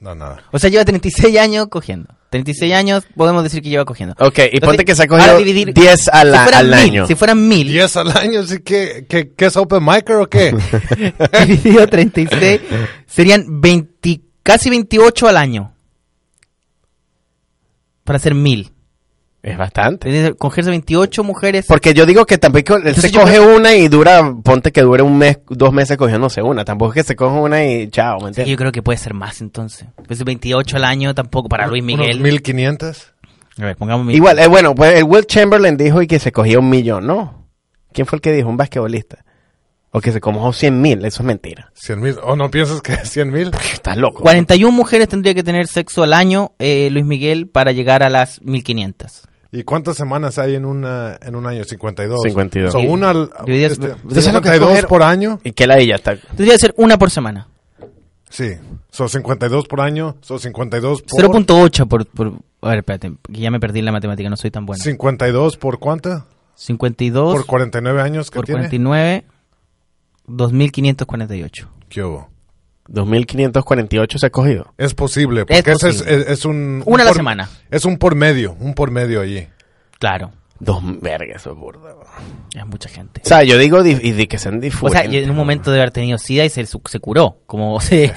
A: no, nada.
B: O sea, lleva 36 años cogiendo. 36 años podemos decir que lleva cogiendo.
C: Ok, y
B: Entonces,
C: ponte que se ha
B: ahora
C: cogido 10 a
B: si
C: la-
B: fueran
C: al
B: mil,
C: año.
B: Si fueran [LAUGHS] 1000,
A: 10 al año, sí que, que, que es open micro o qué?
B: dividido 36, serían 20, casi 28 al año. Para hacer 1000.
C: Es bastante.
B: Tendría que Cogerse 28 mujeres.
C: Porque yo digo que tampoco él
B: Entonces
C: se
B: yo
C: coge una y dura, ponte que dure un mes, dos meses cogiéndose una. Tampoco es que se coge una y chao, ¿me
B: Yo
C: entiendes?
B: creo que puede ser más entonces. Pues 28 al año tampoco [LAUGHS] para Luis
A: Unos
B: Miguel.
A: 1500.
B: A ver, pongamos mil.
C: Igual, eh, bueno, pues el Will Chamberlain dijo y que se cogía un millón, ¿no? ¿Quién fue el que dijo? Un basquetbolista. O que se cogió cien mil, eso es mentira.
A: 100 mil. ¿O no piensas que [LAUGHS] es 100 mil?
C: Estás loco.
B: 41 mujeres tendría que tener sexo al año eh, Luis Miguel para llegar a las 1500.
A: ¿Y cuántas semanas hay en, una, en un año? 52.
C: 52.
A: So, una al,
B: Yo diría-
A: este,
B: ¿Eso
C: es lo que es
A: 52
C: coger?
A: por año.
C: ¿Y qué la ella está?
B: Tendría que ser una por semana.
A: Sí. Son 52 por año. Son 52 por...
B: 0.8 por, por... A ver, espérate, que ya me perdí en la matemática, no soy tan bueno.
A: 52 por cuánta?
B: 52
A: Por 49 años que
B: por
A: tiene.
B: 49, 2548.
A: ¿Qué hubo?
C: 2.548 se ha cogido.
A: Es posible, porque
B: Es
A: ese es,
B: posible.
A: es- es un...
B: Una a
A: un
B: la
A: por-
B: semana.
A: Es un por medio, un por medio allí.
B: Claro,
C: Dos, verga, eso es burda. bro. O
B: es mucha gente.
C: sea, yo digo dif- y di que sean
B: O sea,
C: difuentes.
B: y en un momento de haber tenido SIDA y se, su- se curó, como [LAUGHS] se-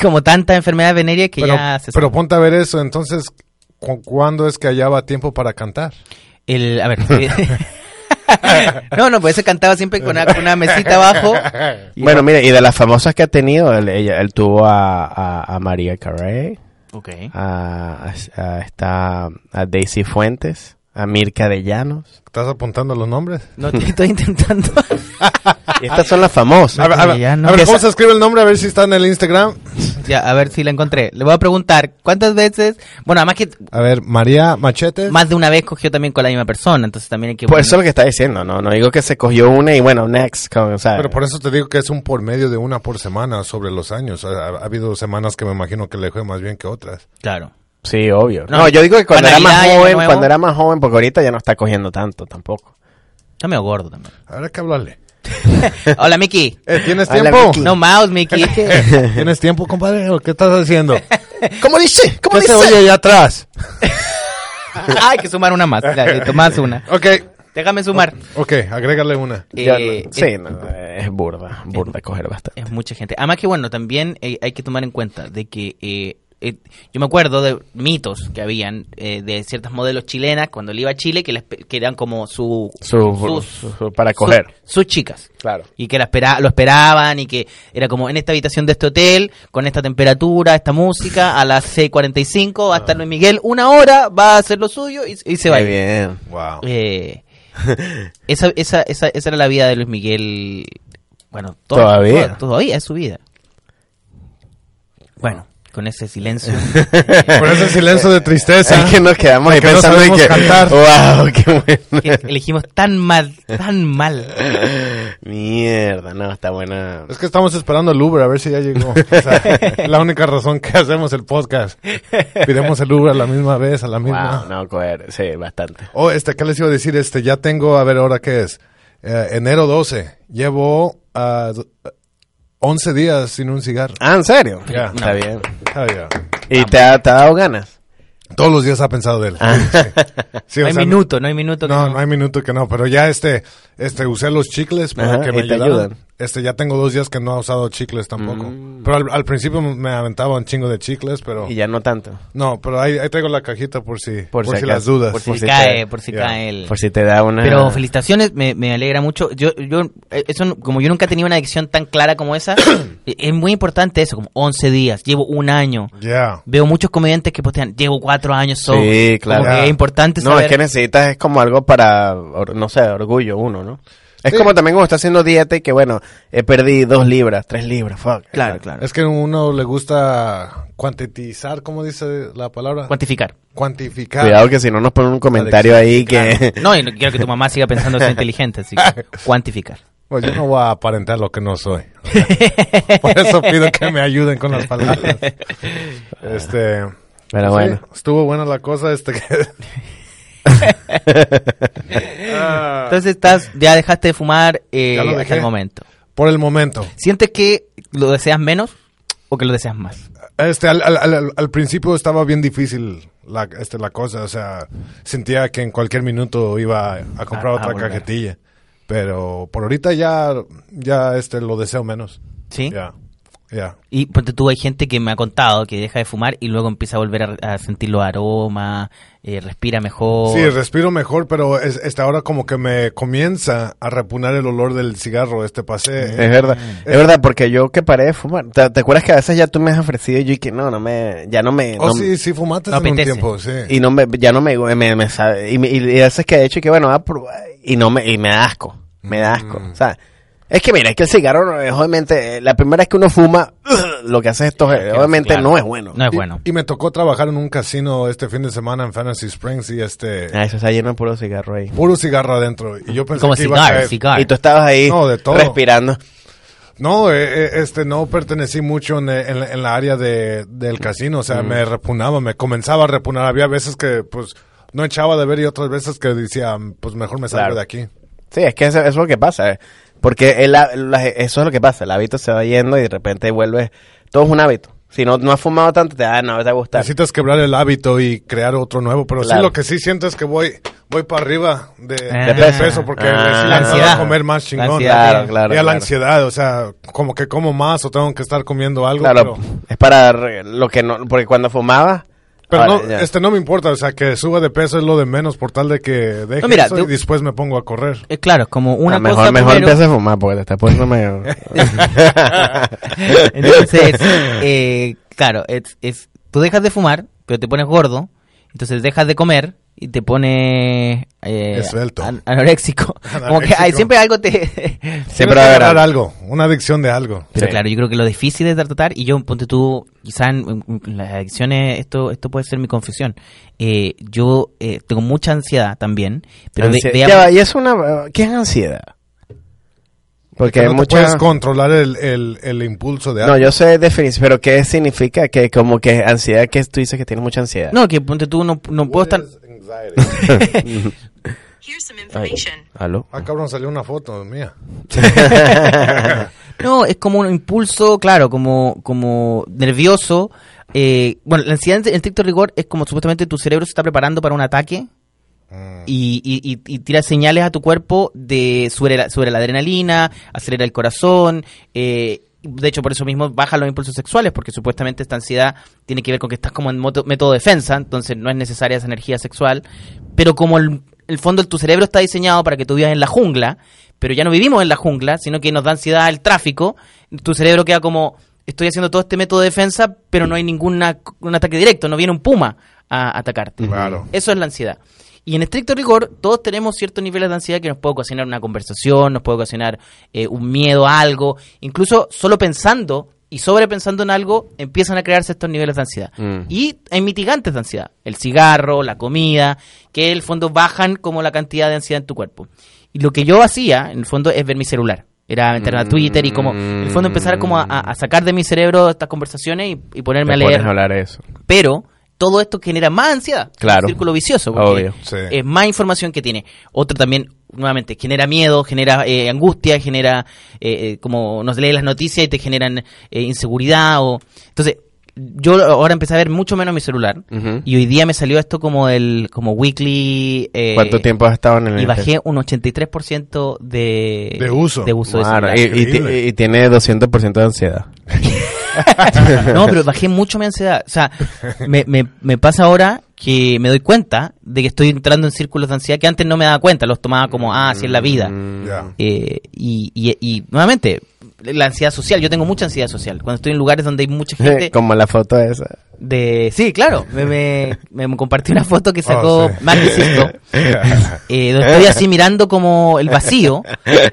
B: como tantas enfermedades venéreas que
A: Pero,
B: ya se...
A: pero ponte a ver eso, entonces, ¿cu- ¿cuándo es que hallaba tiempo para cantar?
B: El, a ver.
A: [LAUGHS]
B: [LAUGHS] no, no, pues ese cantaba siempre con una, con una mesita abajo.
C: Bueno, mire, y de las famosas que ha tenido, él, ella- él tuvo a, a- a María Carey,
B: Ok.
C: a, a- a esta- a Daisy Fuentes, a Mirka
A: [LAUGHS]
C: de Llanos.
A: ¿Estás apuntando los nombres?
B: No te estoy intentando. [LAUGHS]
C: Y estas son las famosas.
A: A ver, a ver,
B: Pues Ya no.
A: a ver, ¿cómo
C: Esa-
A: se escribe el nombre? A ver si está en el Instagram.
B: ya, a ver si la encontré. Le voy a preguntar cuántas veces. Bueno, además que
A: A ver, María Machete.
B: más de una vez cogió también con la misma persona, entonces también hay que.
C: Por eso es lo que está diciendo, no no digo que se cogió una y bueno, next. como, o sea,
A: Pero por eso te digo que es un por medio de una por semana sobre los años. Ha, ha- ha habido semanas que me imagino que le fue más bien que otras.
B: Claro.
C: Sí, obvio.
B: No,
C: No, yo digo que cuando
B: para
C: era más
B: Navidad, Año
C: joven,
B: Nuevo.
C: cuando era más joven, porque ahorita ya no está cogiendo tanto
A: [LAUGHS]
C: tampoco.
B: Está medio gordo también.
A: Habrá que hablarle.
B: Hola, Mickey.
A: Eh, ¿Tienes
C: Hola,
A: tiempo? Eh,
C: Vicky.
B: No
A: [LAUGHS]
B: mouse, Mickey.
A: ¿Tienes tiempo, compadre? ¿O ¿Qué estás
B: [LAUGHS]
A: haciendo?
C: ¿Cómo dice?
A: ¿Qué se oye allá atrás?
B: hay que sumar una más. Claro, listo, más una.
A: Ok,
B: Déjame sumar.
A: ok, agrégale una.
B: Eh,
C: sí,
B: es,
C: no, es burda, burda coger bastante.
B: es mucha gente. Además que, bueno, también eh, hay que tomar en cuenta de que... eh, eh, yo me acuerdo de mitos que habían eh, de ciertas modelos chilenas cuando él iba a Chile que, les, pe- que eran como su...
C: Su-
B: sus-
C: su- su- para coger.
B: su- sus chicas.
C: Claro.
B: Y que la espera, lo esperaban y que era como en esta habitación de este hotel, con esta temperatura, esta música, a las 6.45 va a estar Luis Miguel, una hora, va a hacer lo suyo y, y se va. a
C: Ah. Qué
B: ir.
C: bien.
A: Wow.
B: Eh,
C: [LAUGHS]
B: esa, esa, esa, esa era la vida de Luis Miguel. Bueno, to-
C: Todavía.
B: to- todavía es su vida. Bueno, con ese silencio.
C: [LAUGHS]
A: Por ese silencio de
B: [LAUGHS]
A: tristeza.
C: Es que nos quedamos ahí
A: Porque no
C: pensando en
A: sabemos
C: que.
A: cantar.
C: ¡Wow! ¡Qué bueno!
B: que elegimos tan mal, tan mal.
C: [LAUGHS] Mierda, no, está buena.
A: Es que estamos esperando el Uber a ver si ya llegó. O sea, es la única razón que hacemos el podcast. Pidemos el Uber a la misma vez, a la misma.
C: Wow, no, coger, sí, bastante.
A: Oh, este, ¿qué les iba a decir? Este, ya tengo, a ver, ahora qué es. Eh, enero 12. Llevo ah, do- eh, 11 días sin un cigarro.
C: Ah, ¿en serio?
A: Ya.
C: Está bien.
A: Ah, ya.
C: ¿Y te ha, te ha dado ganas?
A: Todos los días ha pensado de él. Sí,
B: No
A: o
B: hay
A: sea,
B: minuto, no hay minuto. que
A: No, no hay minuto que no, pero ya este, este, usé los chicles para
C: Ajá,
A: que
C: y
A: me
C: te
A: ayudaran.
C: ayudan. Mm.
A: Este, ya tengo dos días que no he usado chicles tampoco. Pero al, al principio me aventaba un chingo de chicles, pero...
C: Y ya no tanto.
A: No, pero ahí, ahí traigo la cajita por si, por
C: Por
A: si,
C: si
A: las
C: acaso,
A: dudas.
B: Por si,
C: Por si
B: cae,
C: te-
B: por si
A: ya.
B: cae el...
C: Por Pues si te da una.
B: Pero felicitaciones, me, me alegra mucho. Yo, yo, eh, eso, no- como yo nunca he tenido una adicción tan clara como
C: [COUGHS]
B: esa, eh, es muy importante eso, como 11 días, llevo un año.
A: Ya.
B: Veo muchos comediantes que postean, llevo cuatro años solo.
C: Sí, claro.
B: Como que es importante
C: No,
B: saber.
C: es que necesitas, es como algo para, or- no sé, orgullo uno, ¿no? Es
A: Sí.
C: como también cuando está haciendo dieta y que, bueno, he perdido dos libras, tres libras, fuck.
B: Claro, claro.
A: Es que a uno le gusta cuantitizar, ¿cómo dice la palabra?
B: Cuantificar.
A: Cuantificar.
C: Cuidado que si no nos ponen un comentario ahí que...
B: No, y no quiero que tu mamá siga pensando que soy inteligente, así [LAUGHS] que cuantificar.
A: Pues yo no voy a aparentar lo que no
C: [LAUGHS]
A: soy. O sea, Por eso pido que me ayuden con las
C: [LAUGHS]
A: palabras. Este.
C: [LAUGHS] Pero
B: Ah,
A: sí,
C: bueno.
A: Estuvo buena la cosa. Este
B: [LAUGHS]
A: que- Ah,
B: Entonces estás, ya dejaste de fumar eh,
A: Ya lo
B: hasta
A: dejé.
B: el momento.
A: por el momento.
B: ¿Sientes que lo deseas menos o que lo deseas más?
A: Este, al, al- al- al principio estaba bien difícil la, este, la cosa, o sea, sentía que en cualquier minuto iba a comprar
B: Ah, A- a
A: otra
B: volver.
A: cajetilla. Pero por ahorita ya, ya este, lo deseo menos.
B: ¿Sí?
A: Ya, ya.
B: Y ponte tú, hay gente que me ha contado que deja de fumar y luego empieza a volver a, a sentir los aromas, eh, respira mejor.
A: Sí, respiro mejor, pero es, este, ahora como que me comienza a repunar el olor del cigarro. Este
C: Es
A: pasé.
C: verdad, es verdad, porque yo que paré de fumar. ¿Te, te acuerdas que a veces ya tú me has ofrecido y yo y que no, no me, ya no me,
A: Oh,
C: no-
A: sí, sí, fumaste
B: no
A: en un
B: apetece.
A: tiempo, sí.
C: y no me, ya no me, me, me sabe, y, me- y, y a veces que he hecho y que bueno, voy a probar, y no me, y me da asco, me da asco,
A: Mm.
C: o sea, es que mira, es que el cigarro, no es, obviamente, eh, la primera vez que uno fuma, lo que hace esto, eh, obviamente
B: Claro.
C: no es bueno.
B: No es
A: Y-
B: Ah, bueno.
A: Y, me tocó trabajar en un casino este fin de semana en Fantasy Springs y este.
C: Ah, eso está lleno de puro cigarro ahí.
A: Puro cigarro adentro. Y yo pensé
B: Como
A: que iba a
B: cigar,
A: caer.
B: cigar.
C: Y tú estabas ahí
A: No, de todo.
C: respirando.
A: No, eh, eh, este, no pertenecí mucho en, eh, en la- en la área de, del casino, o sea, me repunaba, me comenzaba a repunar. Había veces que, pues, no echaba de ver y otras veces que decía, pues, mejor me salgo
C: Claro.
A: de aquí.
C: Sí, es que eso, eso es lo que pasa. eh. Porque el ha- la- eso es lo que pasa. El hábito se va yendo y de repente vuelve. Todo es un hábito. Si no, no has fumado tanto, te da, no te va a gustar.
A: Necesitas quebrar el hábito y crear otro nuevo, pero
C: Claro.
A: sí, lo que sí siento es que voy, voy para arriba de,
B: Ah.
A: de
C: peso.
A: peso porque
C: Ah.
A: sí
B: La
A: empezaba
B: ansiedad.
A: a comer más
B: La
A: chingón.
B: ansiedad.
C: Claro, claro.
A: Y a la
C: claro.
A: ansiedad, o sea, como que como más o tengo que estar comiendo algo,
C: Claro,
A: pero,
C: es para re- lo que no. Porque cuando fumabas.
A: Pero
C: Vale,
A: no,
C: ya.
A: este no me importa, o sea, que suba de peso es lo de menos por tal de que deje
B: No, mira,
A: eso y
B: tú-
A: después me pongo a correr.
B: Eh, claro, es como una
C: Ah, mejor,
B: cosa
C: mejor
B: primero.
C: empieza a fumar porque te está poniendo [LAUGHS] medio...
B: [LAUGHS]
C: [LAUGHS]
B: Entonces, eh, claro, es, es- tú dejas de fumar, pero te pones gordo, entonces dejas de comer y te pones eh,
A: Esbelto.
B: an- anoréxico. Como que hay,
A: Anoréxico.
B: siempre algo
C: [LAUGHS]
B: te...
C: Siempre va a
A: Tiene
C: haber
A: que
C: algo.
A: algo, una adicción de algo.
B: Pero
C: Sí.
B: claro, yo creo que lo difícil es tratar, y yo, ponte tú, quizás en, en las adicciones, esto esto puede ser mi confesión. Eh, yo eh, tengo mucha ansiedad también, pero ve-
C: Ansia-
B: veamos-
C: Ya va, y es una... ¿Qué es ansiedad? Porque
A: Que
C: hay
A: no te
C: muchas...
A: puedes ¿ah? controlar el, el, el impulso de algo.
C: No, yo sé definición, pero ¿qué significa? Que como que ansiedad, que tú dices que tienes mucha ansiedad.
B: No, que ponte tú, no, no puedo estar...
C: [LAUGHS]
D: Here's some
C: Ay,
D: information.
C: ¿Aló?
A: Ah, cabrón, salió una foto
C: [LAUGHS]
A: mía.
B: No, es como un impulso, claro, como, como nervioso. Eh, bueno, la ansiedad en estricto rigor es como supuestamente tu cerebro se está preparando para un ataque
A: Mm.
B: y, y, y- y tira señales a tu cuerpo de sobre la, sobre la adrenalina, acelera el corazón. eh, de hecho, por eso mismo baja los impulsos sexuales, porque supuestamente esta ansiedad tiene que ver con que estás como en moto- método de defensa, entonces no es necesaria esa energía sexual. Pero como el, el fondo de tu cerebro está diseñado para que tú vivas en la jungla, pero ya no vivimos en la jungla, sino que nos da ansiedad el tráfico, tu cerebro queda como, estoy haciendo todo este método de defensa, pero no hay ningún un ataque directo, no viene un puma a atacarte.
A: Claro.
B: Eso es la ansiedad. Y en estricto rigor, todos tenemos ciertos niveles de ansiedad que nos puede ocasionar una conversación, nos puede ocasionar eh, un miedo a algo. Incluso solo pensando y sobrepensando en algo, empiezan a crearse estos niveles de ansiedad.
C: Mm.
B: Y hay mitigantes de ansiedad. El cigarro, la comida, que en el fondo bajan como la cantidad de ansiedad en tu cuerpo. Y lo que yo hacía, en el fondo, es ver mi celular. Era entrar a Twitter y como, en el fondo, empezar como a, a- a sacar de mi cerebro estas conversaciones y, y
C: Te
B: ponerme a
C: pones
B: leer
C: a hablar de eso.
B: pero todo esto genera más ansiedad.
C: Claro.
B: Un círculo vicioso. Porque
C: Obvio.
A: Sí.
B: Es más información que tiene. Otro también, nuevamente, genera miedo, genera eh, angustia, genera eh, eh, como nos lees las noticias y te generan eh, inseguridad. o Entonces, yo ahora empecé a ver mucho menos mi celular.
C: Ujú.
B: Y hoy día me salió esto como el como weekly. eh,
C: ¿Cuánto tiempo has estado en el
B: Y bajé un 83% de,
A: De uso.
B: De uso de
C: Claro,
B: celular.
C: y, y ti-
A: Increíble.
C: y tiene 200% de ansiedad.
B: [LAUGHS] No, pero bajé mucho mi ansiedad. O sea, me, me, me pasa ahora que me doy cuenta de que estoy entrando en círculos de ansiedad que antes no me daba cuenta. Los tomaba como, ah, así es la vida.
A: Mm.
C: Mm.
A: Ya. Oh,
B: Eh, y, y, y nuevamente, la ansiedad social. Yo tengo mucha ansiedad social. Cuando estoy en lugares donde
A: [LAUGHS]
B: hay mucha gente.
C: [LAUGHS] Como la foto esa.
B: de Sí, claro. Me, me, me compartí una foto que sacó
A: Oh, sí.
B: Maggie
A: [LAUGHS]
B: Sisto, eh, donde estoy
C: [LAUGHS]
B: así mirando como el vacío,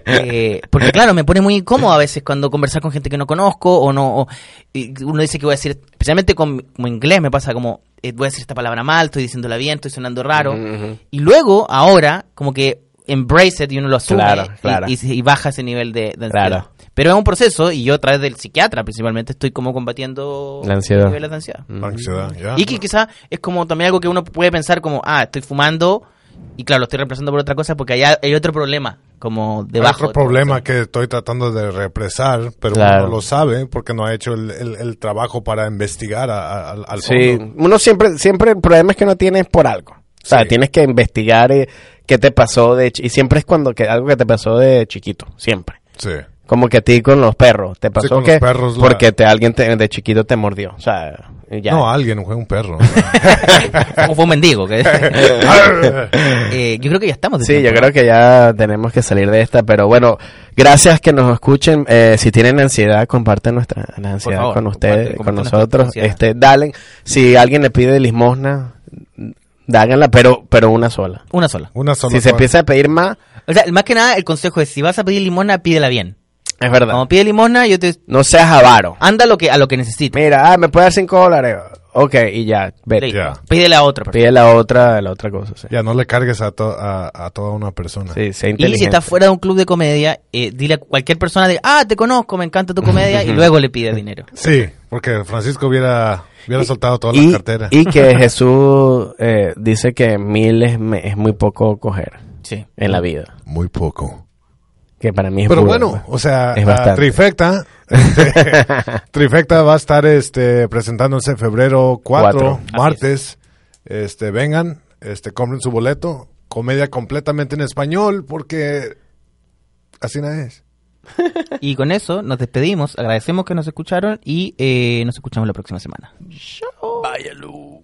B: eh, porque claro, me pone muy incómodo a veces cuando conversar con gente que no conozco o no, o- y uno dice que voy a decir, especialmente con, como inglés me pasa como, eh, voy a decir esta palabra mal, estoy diciéndola bien, estoy sonando raro,
C: Ujú.
B: y luego, ahora, como que embrace it y uno lo asume
C: Claro,
B: y-
C: claro.
B: Y, y baja ese nivel de, de ansiedad.
C: Claro.
B: Pero es un proceso y yo a través del psiquiatra principalmente estoy como combatiendo
C: La ansiedad.
B: niveles de ansiedad.
A: Ansiedad, ya.
B: Y que quizás es como también algo que uno puede pensar como, ah, estoy fumando y claro, lo estoy reemplazando por otra cosa porque allá hay otro problema, como debajo.
A: Otro problema que estoy tratando de represar, pero
C: Claro.
A: uno no lo sabe porque no ha hecho el, el- el trabajo para investigar a- a- al- al
C: Sí,
A: fondo.
C: uno siempre, siempre el problema es que no tienes por algo. O sea,
A: Sí.
C: tienes que investigar eh, qué te pasó de chi- y siempre es cuando que algo que te pasó de chiquito, siempre.
A: Sí.
C: Como que a ti con los perros, te pasó
A: con los
C: que
A: perros, la-
C: porque te, alguien te- de chiquito te mordió, o sea, y ya.
A: No, alguien fue un
C: [LAUGHS]
A: perro.
B: [LAUGHS] Como fue un mendigo. que- Eh, yo creo que ya estamos. de
C: Sí,
B: tiempo,
C: yo
B: ¿no?
C: creo que ya tenemos que salir de esta, pero bueno, gracias que nos escuchen. Eh, si tienen ansiedad, comparten nuestra la ansiedad
B: favor,
C: con
B: comparte-
C: ustedes, con
B: compartan nuestra
C: nosotros.
B: ansiedad.
C: Este, dale, si alguien le pide limosna, dáganla, pero, pero una sola.
B: Una sola.
A: [LAUGHS] Una sola
C: si
A: cosa.
C: se empieza a pedir más,
B: O sea, más que nada, el consejo es, si vas a pedir limona, pídela bien.
C: es verdad.
B: Cuando
C: No,
B: pide limona, yo te...
C: seas avaro. Ah,
B: Anda lo que, a lo que necesites.
C: Mira, ah, me puede dar cinco dólares. Ok, y ya, vete.
B: Listo.
A: Ya.
B: Pídele a otra persona.
C: Pide la otra, la otra cosa. Sí,
A: Ya no le cargues a, to- a, a toda una persona.
C: sí sea
B: Y
C: inteligente.
B: si estás fuera de un club de comedia, eh, dile a cualquier persona, de, ah, te conozco, me encanta tu comedia, y luego le pide dinero.
A: Sí, porque Francisco hubiera, hubiera soltado toda
C: y,
A: la cartera.
C: y que [LAUGHS] Jesús eh, dice que mil es, me- es muy poco coger
B: Sí.
C: en la vida.
A: Muy poco.
C: Que para mí es
A: Pero
C: burda. pues.
A: bueno, o sea,
C: Es
A: la
C: bastante. [LAUGHS]
A: Trifecta, este, Trifecta va a estar este, presentándose en febrero 4,
C: Cuatro. Así
A: martes. Este, vengan, este, compren su boleto. Comedia completamente en español, porque así no es.
B: Y con eso nos despedimos, agradecemos que nos escucharon y eh, nos escuchamos la próxima semana.
C: Váyalo.